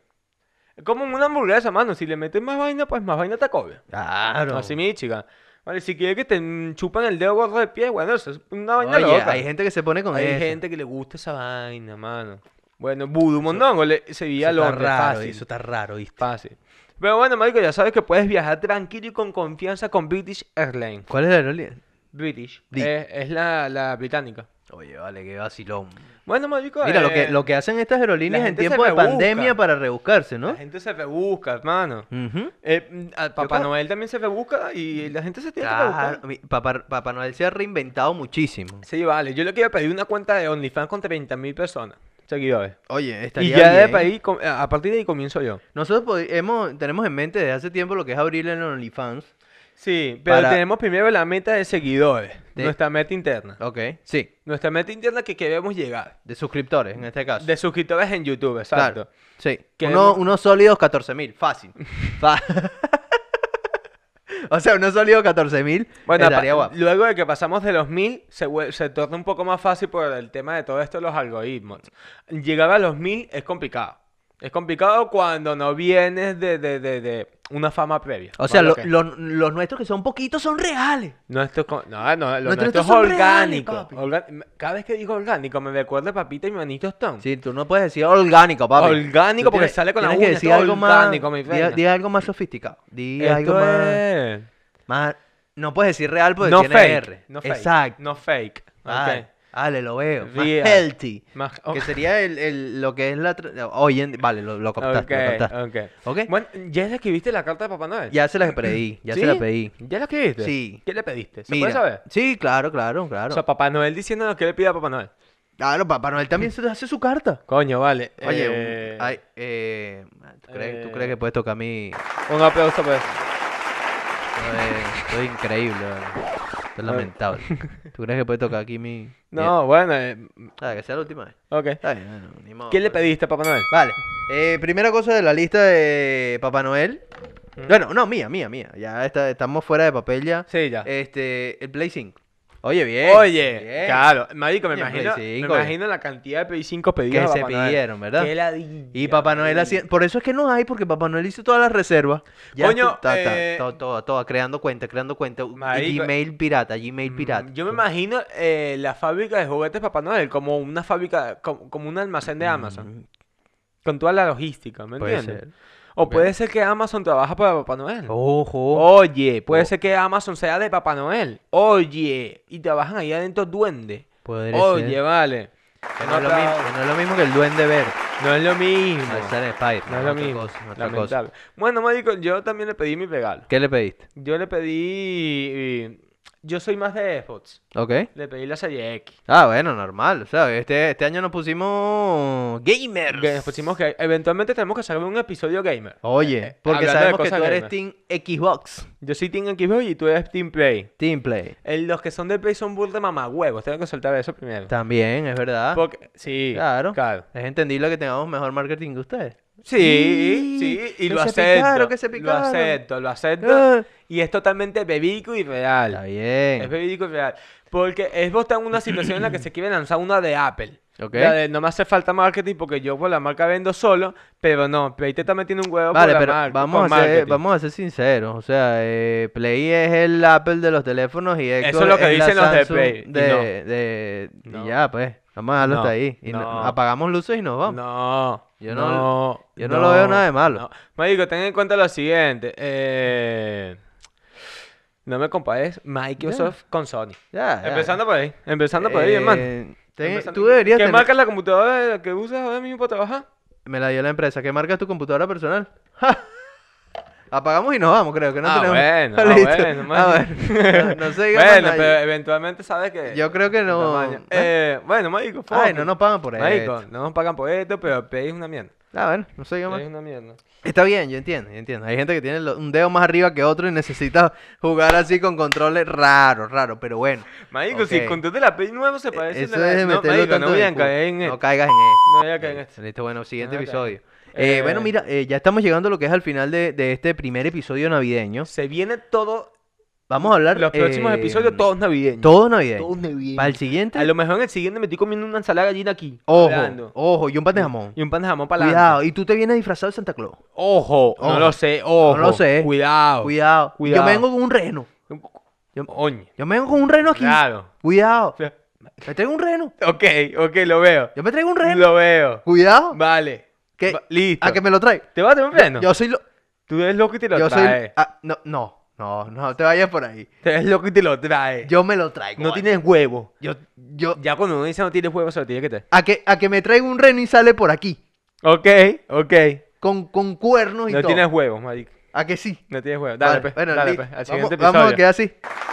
[SPEAKER 1] Es Como en una hamburguesa, mano. Si le metes más vaina, pues más vaina te cobra.
[SPEAKER 4] Claro.
[SPEAKER 1] Así mi chica. Vale, si quieres que te mm, chupan el dedo gordo de pie, bueno, eso es una vaina
[SPEAKER 4] Oye,
[SPEAKER 1] loca.
[SPEAKER 4] hay gente que se [LAUGHS] pone con
[SPEAKER 1] Hay
[SPEAKER 4] eso.
[SPEAKER 1] gente que le gusta esa vaina, mano. Bueno, Voodoo Mondongo le, se
[SPEAKER 4] Eso
[SPEAKER 1] veía
[SPEAKER 4] está
[SPEAKER 1] Londres,
[SPEAKER 4] raro,
[SPEAKER 1] fácil.
[SPEAKER 4] eso está raro, ¿viste?
[SPEAKER 1] Fácil. Pero bueno, marico, ya sabes que puedes viajar tranquilo y con confianza con British Airlines.
[SPEAKER 4] ¿Cuál es la aerolínea?
[SPEAKER 1] British.
[SPEAKER 4] Di.
[SPEAKER 1] Es, es la, la británica.
[SPEAKER 4] Oye, vale, qué vacilón.
[SPEAKER 1] Bueno, marico,
[SPEAKER 4] Mira, lo, que,
[SPEAKER 1] eh,
[SPEAKER 4] lo que hacen estas aerolíneas
[SPEAKER 1] la
[SPEAKER 4] en
[SPEAKER 1] gente se
[SPEAKER 4] tiempo de
[SPEAKER 1] rebusca.
[SPEAKER 4] pandemia para rebuscarse, ¿no?
[SPEAKER 1] La gente se rebusca, hermano.
[SPEAKER 4] Ujú.
[SPEAKER 1] Eh, mm, a Papá
[SPEAKER 4] creo-
[SPEAKER 1] Noel también se rebusca y la gente se tiene que
[SPEAKER 4] Claro,
[SPEAKER 1] rebuscar.
[SPEAKER 4] mi- Papá, Papá Noel se ha reinventado muchísimo.
[SPEAKER 1] Sí, vale. Yo le quiero pedir una cuenta de OnlyFans con 30.000 personas. Seguidores.
[SPEAKER 4] Oye,
[SPEAKER 1] Y
[SPEAKER 4] estaría
[SPEAKER 1] ya de
[SPEAKER 4] bien.
[SPEAKER 1] ahí, com- a a partir de ahí comienzo yo.
[SPEAKER 4] Nosotros pod- hemos, tenemos en mente desde hace tiempo lo que es abrir el OnlyFans.
[SPEAKER 1] Sí, pero
[SPEAKER 4] Para-
[SPEAKER 1] tenemos primero la meta de seguidores.
[SPEAKER 4] De-
[SPEAKER 1] Nuestra meta interna.
[SPEAKER 4] Ok. Sí,
[SPEAKER 1] Nuestra meta interna que queremos llegar.
[SPEAKER 4] de suscriptores en este caso.
[SPEAKER 1] De suscriptores en YouTube, exacto.
[SPEAKER 4] Claro, Sí.
[SPEAKER 1] Que
[SPEAKER 4] Uno-
[SPEAKER 1] hemos-
[SPEAKER 4] unos sólidos 14 mil, fácil.
[SPEAKER 1] [LAUGHS]
[SPEAKER 4] Fa- [LAUGHS] o sea, unos sólidos 14 mil
[SPEAKER 1] Bueno,
[SPEAKER 4] estaría
[SPEAKER 1] pa-
[SPEAKER 4] guapo.
[SPEAKER 1] luego de que pasamos de los 1000, se, vuel- se torna un poco más fácil por el tema de todo esto de los algoritmos. Llegar a los 1000 es complicado. Es complicado cuando no vienes de, de- de- de una fama previa.
[SPEAKER 4] O sea,
[SPEAKER 1] ¿vale?
[SPEAKER 4] lo-
[SPEAKER 1] Ok.
[SPEAKER 4] los- los nuestros que son poquitos son reales.
[SPEAKER 1] Nuestro es con- no, no, lo
[SPEAKER 4] Nuestros
[SPEAKER 1] nuestro es
[SPEAKER 4] son reales,
[SPEAKER 1] orgánico.
[SPEAKER 4] papi.
[SPEAKER 1] Orga- Cada vez que digo orgánico me recuerda a Papita y mi manito Stone.
[SPEAKER 4] Sí, tú no puedes decir orgánico, papi.
[SPEAKER 1] Orgánico,
[SPEAKER 4] Tú
[SPEAKER 1] porque
[SPEAKER 4] tienes-
[SPEAKER 1] sale con la
[SPEAKER 4] tienes que
[SPEAKER 1] uña,
[SPEAKER 4] decir
[SPEAKER 1] todo
[SPEAKER 4] algo
[SPEAKER 1] orgánico, mi
[SPEAKER 4] más, di,
[SPEAKER 1] reina.
[SPEAKER 4] di algo más sofisticado. Di
[SPEAKER 1] Esto
[SPEAKER 4] algo más,
[SPEAKER 1] es-
[SPEAKER 4] más- No puedes decir real porque
[SPEAKER 1] No
[SPEAKER 4] tiene
[SPEAKER 1] fake,
[SPEAKER 4] R.
[SPEAKER 1] no fake,
[SPEAKER 4] Exacto. Ah,
[SPEAKER 1] No fake. ok.
[SPEAKER 4] Vale, vale, lo veo. Más
[SPEAKER 1] Real.
[SPEAKER 4] healthy.
[SPEAKER 1] Más- oh,
[SPEAKER 4] Que sería el, el- lo que es la... tra- Hoy en... Vale, lo, lo captaste, lo
[SPEAKER 1] ok,
[SPEAKER 4] captaste.
[SPEAKER 1] ok.
[SPEAKER 4] ¿Ok?
[SPEAKER 1] Bueno, ¿ya escribiste la carta de Papá Noel?
[SPEAKER 4] Ya se la pedí, ya
[SPEAKER 1] ¿Sí?
[SPEAKER 4] se la pedí.
[SPEAKER 1] ¿Ya la escribiste?
[SPEAKER 4] Sí.
[SPEAKER 1] ¿Qué le pediste? ¿Se
[SPEAKER 4] Mira,
[SPEAKER 1] puede saber?
[SPEAKER 4] Sí, claro, claro, claro.
[SPEAKER 1] O sea, Papá Noel diciéndonos que le pide a Papá Noel.
[SPEAKER 4] claro, Papá Noel también se hace su carta.
[SPEAKER 1] Coño, vale.
[SPEAKER 4] Oye, un-
[SPEAKER 1] eh,
[SPEAKER 4] ay, eh, ¿tú, crees, tú
[SPEAKER 1] eh.
[SPEAKER 4] crees que puedes tocar mi...?
[SPEAKER 1] un aplauso pues. por eso.
[SPEAKER 4] Esto es increíble, vale. Esto
[SPEAKER 1] [LAUGHS]
[SPEAKER 4] es lamentable. ¿Tú crees que puedes tocar aquí mi...?
[SPEAKER 1] No, bueno, eh,
[SPEAKER 4] Ah, que sea la última vez.
[SPEAKER 1] ok.
[SPEAKER 4] Está bien, bueno, ni modo,
[SPEAKER 1] ¿Qué le
[SPEAKER 4] pues.
[SPEAKER 1] pediste a Papá Noel?
[SPEAKER 4] Vale. eh, primera cosa de la lista de Papá Noel. Bueno, no, mía, mía, mía. Ya está- estamos fuera de papel ya.
[SPEAKER 1] Mm. Sí, ya.
[SPEAKER 4] Este, el Play 5. Oye, bien.
[SPEAKER 1] Oye,
[SPEAKER 4] eh, bien.
[SPEAKER 1] claro, marico, me
[SPEAKER 4] Bien, pues, Play
[SPEAKER 1] imagino, me
[SPEAKER 4] cinco, bien.
[SPEAKER 1] imagino la cantidad de Play 5 pedidos
[SPEAKER 4] Que
[SPEAKER 1] a
[SPEAKER 4] se
[SPEAKER 1] Papá Noel.
[SPEAKER 4] pidieron, ¿verdad?
[SPEAKER 1] Qué ladilla,
[SPEAKER 4] Y Papá Noel
[SPEAKER 1] marico.
[SPEAKER 4] hacía... Por eso es que no hay, porque Papá Noel hizo todas las reservas. Ya
[SPEAKER 1] Coño,
[SPEAKER 4] esto- ta- ta-
[SPEAKER 1] eh,
[SPEAKER 4] todo, todo, todo, creando cuenta, creando cuenta. Y
[SPEAKER 1] Marico,
[SPEAKER 4] Gmail pirata, Gmail pirata.
[SPEAKER 1] Mm, Yo me imagino eh, la fábrica de juguetes Papá Noel como una fábrica, como, como un almacén de Amazon. Con toda la logística, ¿me
[SPEAKER 4] Mm. Puede
[SPEAKER 1] entiendes?
[SPEAKER 4] ser. Oh.
[SPEAKER 1] O puede ser que Amazon trabaja para Papá Noel. Oh,
[SPEAKER 4] Ojo.
[SPEAKER 1] Oye, puede
[SPEAKER 4] O-
[SPEAKER 1] ser que Amazon sea de Papá Noel. Oye, y trabajan ahí adentro duendes.
[SPEAKER 4] Podría
[SPEAKER 1] Oye,
[SPEAKER 4] ser.
[SPEAKER 1] vale.
[SPEAKER 4] Que no, es lo mismo, que no es lo mismo que el Duende Verde.
[SPEAKER 1] No es lo mismo.
[SPEAKER 4] No, está en Spider.
[SPEAKER 1] No es lo mismo. Lamentable. Bueno, marico, yo también le pedí mi regalo.
[SPEAKER 4] ¿Qué le pediste?
[SPEAKER 1] Yo le pedí... eh, Yo soy más de Xbox.
[SPEAKER 4] ¿Ok?
[SPEAKER 1] Le pedí la serie X.
[SPEAKER 4] Ah, bueno, normal. O sea, este, este año nos pusimos gamers.
[SPEAKER 1] Que nos pusimos que pues eventualmente tenemos que hacer un episodio gamer.
[SPEAKER 4] Oye, porque
[SPEAKER 1] eh, hablando de
[SPEAKER 4] sabemos que tú
[SPEAKER 1] cosas
[SPEAKER 4] eres
[SPEAKER 1] gamer.
[SPEAKER 4] Team Xbox.
[SPEAKER 1] Yo soy Team Xbox y tú eres Team Play.
[SPEAKER 4] Team Play.
[SPEAKER 1] El- los que son de Play son burda de mamagüevos. Tengo que soltar eso primero.
[SPEAKER 4] También, es verdad.
[SPEAKER 1] Porque- sí,
[SPEAKER 4] Claro.
[SPEAKER 1] claro.
[SPEAKER 4] Es entendible que tengamos mejor marketing que ustedes.
[SPEAKER 1] Sí,
[SPEAKER 4] Sí,
[SPEAKER 1] sí, y
[SPEAKER 4] que
[SPEAKER 1] lo
[SPEAKER 4] se
[SPEAKER 1] acepto.
[SPEAKER 4] picaron, que se
[SPEAKER 1] Lo
[SPEAKER 4] picaron.
[SPEAKER 1] acepto, lo acepto.
[SPEAKER 4] Ah.
[SPEAKER 1] Y es totalmente bebico y real.
[SPEAKER 4] Está bien.
[SPEAKER 1] Es verídico y real. Porque Xbox está en una situación en la que se quiere lanzar una de Apple.
[SPEAKER 4] Ok.
[SPEAKER 1] La de no me hace falta marketing porque yo por la marca vendo solo, pero no, Play te está metiendo un huevo
[SPEAKER 4] Vale,
[SPEAKER 1] por la
[SPEAKER 4] pero
[SPEAKER 1] marca-
[SPEAKER 4] vamos
[SPEAKER 1] por
[SPEAKER 4] a, ser,
[SPEAKER 1] marketing.
[SPEAKER 4] vamos a ser sinceros. O sea, eh, Play es el Apple de los teléfonos y Xbox
[SPEAKER 1] es lo que
[SPEAKER 4] la
[SPEAKER 1] dicen los de
[SPEAKER 4] Samsung
[SPEAKER 1] Play, y
[SPEAKER 4] de-
[SPEAKER 1] no.
[SPEAKER 4] de- y
[SPEAKER 1] No.
[SPEAKER 4] ya, pues. Vamos a dejarlo hasta
[SPEAKER 1] No,
[SPEAKER 4] ahí. Y no-
[SPEAKER 1] no.
[SPEAKER 4] apagamos luces y nos vamos.
[SPEAKER 1] No,
[SPEAKER 4] Yo
[SPEAKER 1] no,
[SPEAKER 4] no- yo no lo veo nada de malo.
[SPEAKER 1] no. Marico, ten en cuenta lo siguiente. eh, no me compares Microsoft con Sony.
[SPEAKER 4] Ya, ya.
[SPEAKER 1] Empezando por ahí, empezando por ahí, hermano.
[SPEAKER 4] Eh, ten-
[SPEAKER 1] Empezando-
[SPEAKER 4] tú deberías
[SPEAKER 1] ¿Qué
[SPEAKER 4] tener-
[SPEAKER 1] marca es la computadora que usas ahora mismo para trabajar?
[SPEAKER 4] Me la dio la empresa. ¿Qué marca es tu computadora personal? Apagamos y nos vamos, creo que no
[SPEAKER 1] Ah,
[SPEAKER 4] tenemos.
[SPEAKER 1] bueno, ah, bueno,
[SPEAKER 4] [LAUGHS]
[SPEAKER 1] man.
[SPEAKER 4] A ver,
[SPEAKER 1] [LAUGHS]
[SPEAKER 4] [LAUGHS] no, no se diga más
[SPEAKER 1] Bueno,
[SPEAKER 4] nada.
[SPEAKER 1] pero eh, eventualmente sabes que.
[SPEAKER 4] Yo creo que no.
[SPEAKER 1] Tamaño. Eh, bueno, marico,
[SPEAKER 4] Ay,
[SPEAKER 1] fuck.
[SPEAKER 4] no nos pagan por
[SPEAKER 1] Marico,
[SPEAKER 4] esto.
[SPEAKER 1] no nos pagan por esto, pero el play es una mierda.
[SPEAKER 4] A ver, no se diga
[SPEAKER 1] El
[SPEAKER 4] más.
[SPEAKER 1] play es una mierda.
[SPEAKER 4] Está bien, yo entiendo, yo entiendo. Hay gente que tiene lo- un dedo más arriba que otro y necesita jugar así con controles raro, raro,
[SPEAKER 1] [LAUGHS]
[SPEAKER 4] pero bueno.
[SPEAKER 1] Marico, si
[SPEAKER 4] Ok. E,
[SPEAKER 1] con de la play nueva se parece.
[SPEAKER 4] Eso
[SPEAKER 1] a la-
[SPEAKER 4] es de
[SPEAKER 1] no,
[SPEAKER 4] meterlo
[SPEAKER 1] marico,
[SPEAKER 4] tanto
[SPEAKER 1] no
[SPEAKER 4] en
[SPEAKER 1] voy
[SPEAKER 4] el
[SPEAKER 1] a
[SPEAKER 4] culo.
[SPEAKER 1] caer en
[SPEAKER 4] No
[SPEAKER 1] esto.
[SPEAKER 4] caigas en esto.
[SPEAKER 1] No voy a caer en esto.
[SPEAKER 4] Listo, bueno, siguiente
[SPEAKER 1] No voy a caer en
[SPEAKER 4] episodio. Eh,
[SPEAKER 1] Eh,
[SPEAKER 4] bueno, mira, eh, ya estamos llegando a lo que es al final de, de este primer episodio navideño.
[SPEAKER 1] Se viene todo.
[SPEAKER 4] Vamos a hablar.
[SPEAKER 1] Los próximos
[SPEAKER 4] eh,
[SPEAKER 1] episodios, todos navideños.
[SPEAKER 4] Todo navideño.
[SPEAKER 1] Todos navideños.
[SPEAKER 4] Para el siguiente,
[SPEAKER 1] A lo mejor en el siguiente me estoy comiendo una ensalada gallina aquí.
[SPEAKER 4] ojo,
[SPEAKER 1] hablando.
[SPEAKER 4] ojo, y un pan de jamón.
[SPEAKER 1] Y un pan de jamón para
[SPEAKER 4] Cuidado, y tú te vienes disfrazado de Santa Claus.
[SPEAKER 1] Ojo,
[SPEAKER 4] Ojo.
[SPEAKER 1] no lo sé, ojo.
[SPEAKER 4] No lo sé.
[SPEAKER 1] Cuidado.
[SPEAKER 4] Cuidado. Yo
[SPEAKER 1] cuidado.
[SPEAKER 4] me vengo con un reno. Yo,
[SPEAKER 1] Oñe.
[SPEAKER 4] yo me vengo con un reno aquí.
[SPEAKER 1] Claro. [LAUGHS]
[SPEAKER 4] Cuidado.
[SPEAKER 1] Claro.
[SPEAKER 4] Me traigo un reno.
[SPEAKER 1] Ok, ok, lo veo.
[SPEAKER 4] Yo me traigo un reno.
[SPEAKER 1] Lo veo.
[SPEAKER 4] Cuidado.
[SPEAKER 1] Vale.
[SPEAKER 4] Que-
[SPEAKER 1] Va- Listo.
[SPEAKER 4] A que me lo trae.
[SPEAKER 1] ¿Te vas a tener un pleno?
[SPEAKER 4] Yo soy lo.
[SPEAKER 1] Tú eres loco y te lo
[SPEAKER 4] yo
[SPEAKER 1] traes.
[SPEAKER 4] soy. ah, no, no, no, no te vayas por ahí.
[SPEAKER 1] Tú eres loco y te lo traes.
[SPEAKER 4] Yo me lo traigo.
[SPEAKER 1] no
[SPEAKER 4] vale.
[SPEAKER 1] tienes huevo.
[SPEAKER 4] Yo, yo.
[SPEAKER 1] Ya cuando uno dice no tienes huevo, se lo tiene que traer.
[SPEAKER 4] A que, a que me traiga un reno y sale por aquí.
[SPEAKER 1] Ok, ok.
[SPEAKER 4] Con, con cuernos y
[SPEAKER 1] No
[SPEAKER 4] todo.
[SPEAKER 1] tienes huevos, marico.
[SPEAKER 4] A que sí.
[SPEAKER 1] No tienes huevos. Dale,
[SPEAKER 4] Vale,
[SPEAKER 1] pues.
[SPEAKER 4] bueno,
[SPEAKER 1] dale,
[SPEAKER 4] li-
[SPEAKER 1] pues. Al
[SPEAKER 4] vamos-
[SPEAKER 1] siguiente
[SPEAKER 4] vamos, a
[SPEAKER 1] episodio.
[SPEAKER 4] quedar así.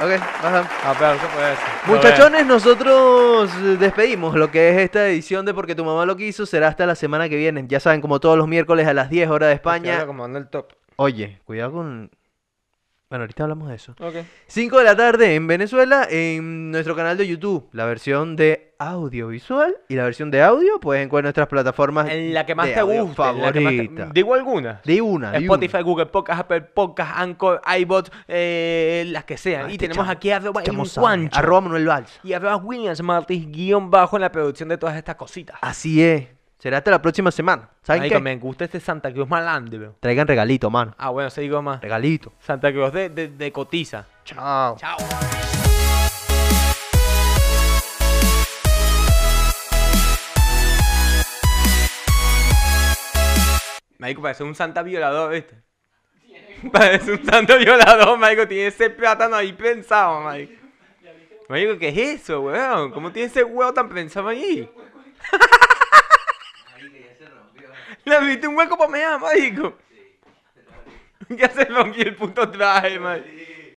[SPEAKER 4] Ok, bajamos.
[SPEAKER 1] Aplauso por eso. Lo veo.
[SPEAKER 4] Muchachones, nosotros eh, despedimos lo que es esta edición de Porque tu mamá lo quiso. Será hasta la semana que viene. Ya saben, como todos los miércoles a las 10 horas de
[SPEAKER 1] Estoy
[SPEAKER 4] España.
[SPEAKER 1] acomodando el top.
[SPEAKER 4] Oye, cuidado con. Bueno, ahorita hablamos de eso.
[SPEAKER 1] Ok.
[SPEAKER 4] 5 de la tarde en Venezuela, en nuestro canal de YouTube, la versión de audiovisual y la versión de audio, pues en cual nuestras plataformas.
[SPEAKER 1] En la que más
[SPEAKER 4] de
[SPEAKER 1] te
[SPEAKER 4] audio
[SPEAKER 1] gusta. en la que más te-
[SPEAKER 4] favorita.
[SPEAKER 1] Digo algunas.
[SPEAKER 4] De una, de una.
[SPEAKER 1] Spotify, Google Podcast, Apple Podcast, Anchor, iBot, eh, las que sean.
[SPEAKER 4] Ah,
[SPEAKER 1] y
[SPEAKER 4] este
[SPEAKER 1] tenemos
[SPEAKER 4] chamo-
[SPEAKER 1] aquí arroba
[SPEAKER 4] Chamo
[SPEAKER 1] Edwin
[SPEAKER 4] sabe.
[SPEAKER 1] Juancho.
[SPEAKER 4] Arroba Manuel Valls.
[SPEAKER 1] Y arroba Williams Martins guión bajo en la producción de todas estas cositas.
[SPEAKER 4] Así es. Será hasta la próxima semana. ¿Saben
[SPEAKER 1] Marico,
[SPEAKER 4] qué?
[SPEAKER 1] me gusta este Santa Cruz malandro.
[SPEAKER 4] Traigan regalito, mano.
[SPEAKER 1] Ah, bueno, se digo más.
[SPEAKER 4] Regalito.
[SPEAKER 1] Santa Cruz de, de, de cotiza.
[SPEAKER 4] Chao.
[SPEAKER 1] Chao. Marico, parece un santa violador, ¿viste? [LAUGHS] Parece un santa violador, Marico. Tiene ese plátano ahí pensado, Marico. Marico, ¿qué es eso, weón? ¿Cómo tiene ese huevo tan pensado ahí? [LAUGHS] Le [LAUGHS] viste un hueco para mear, Marico. Ya se rompió el puto traje, Marico.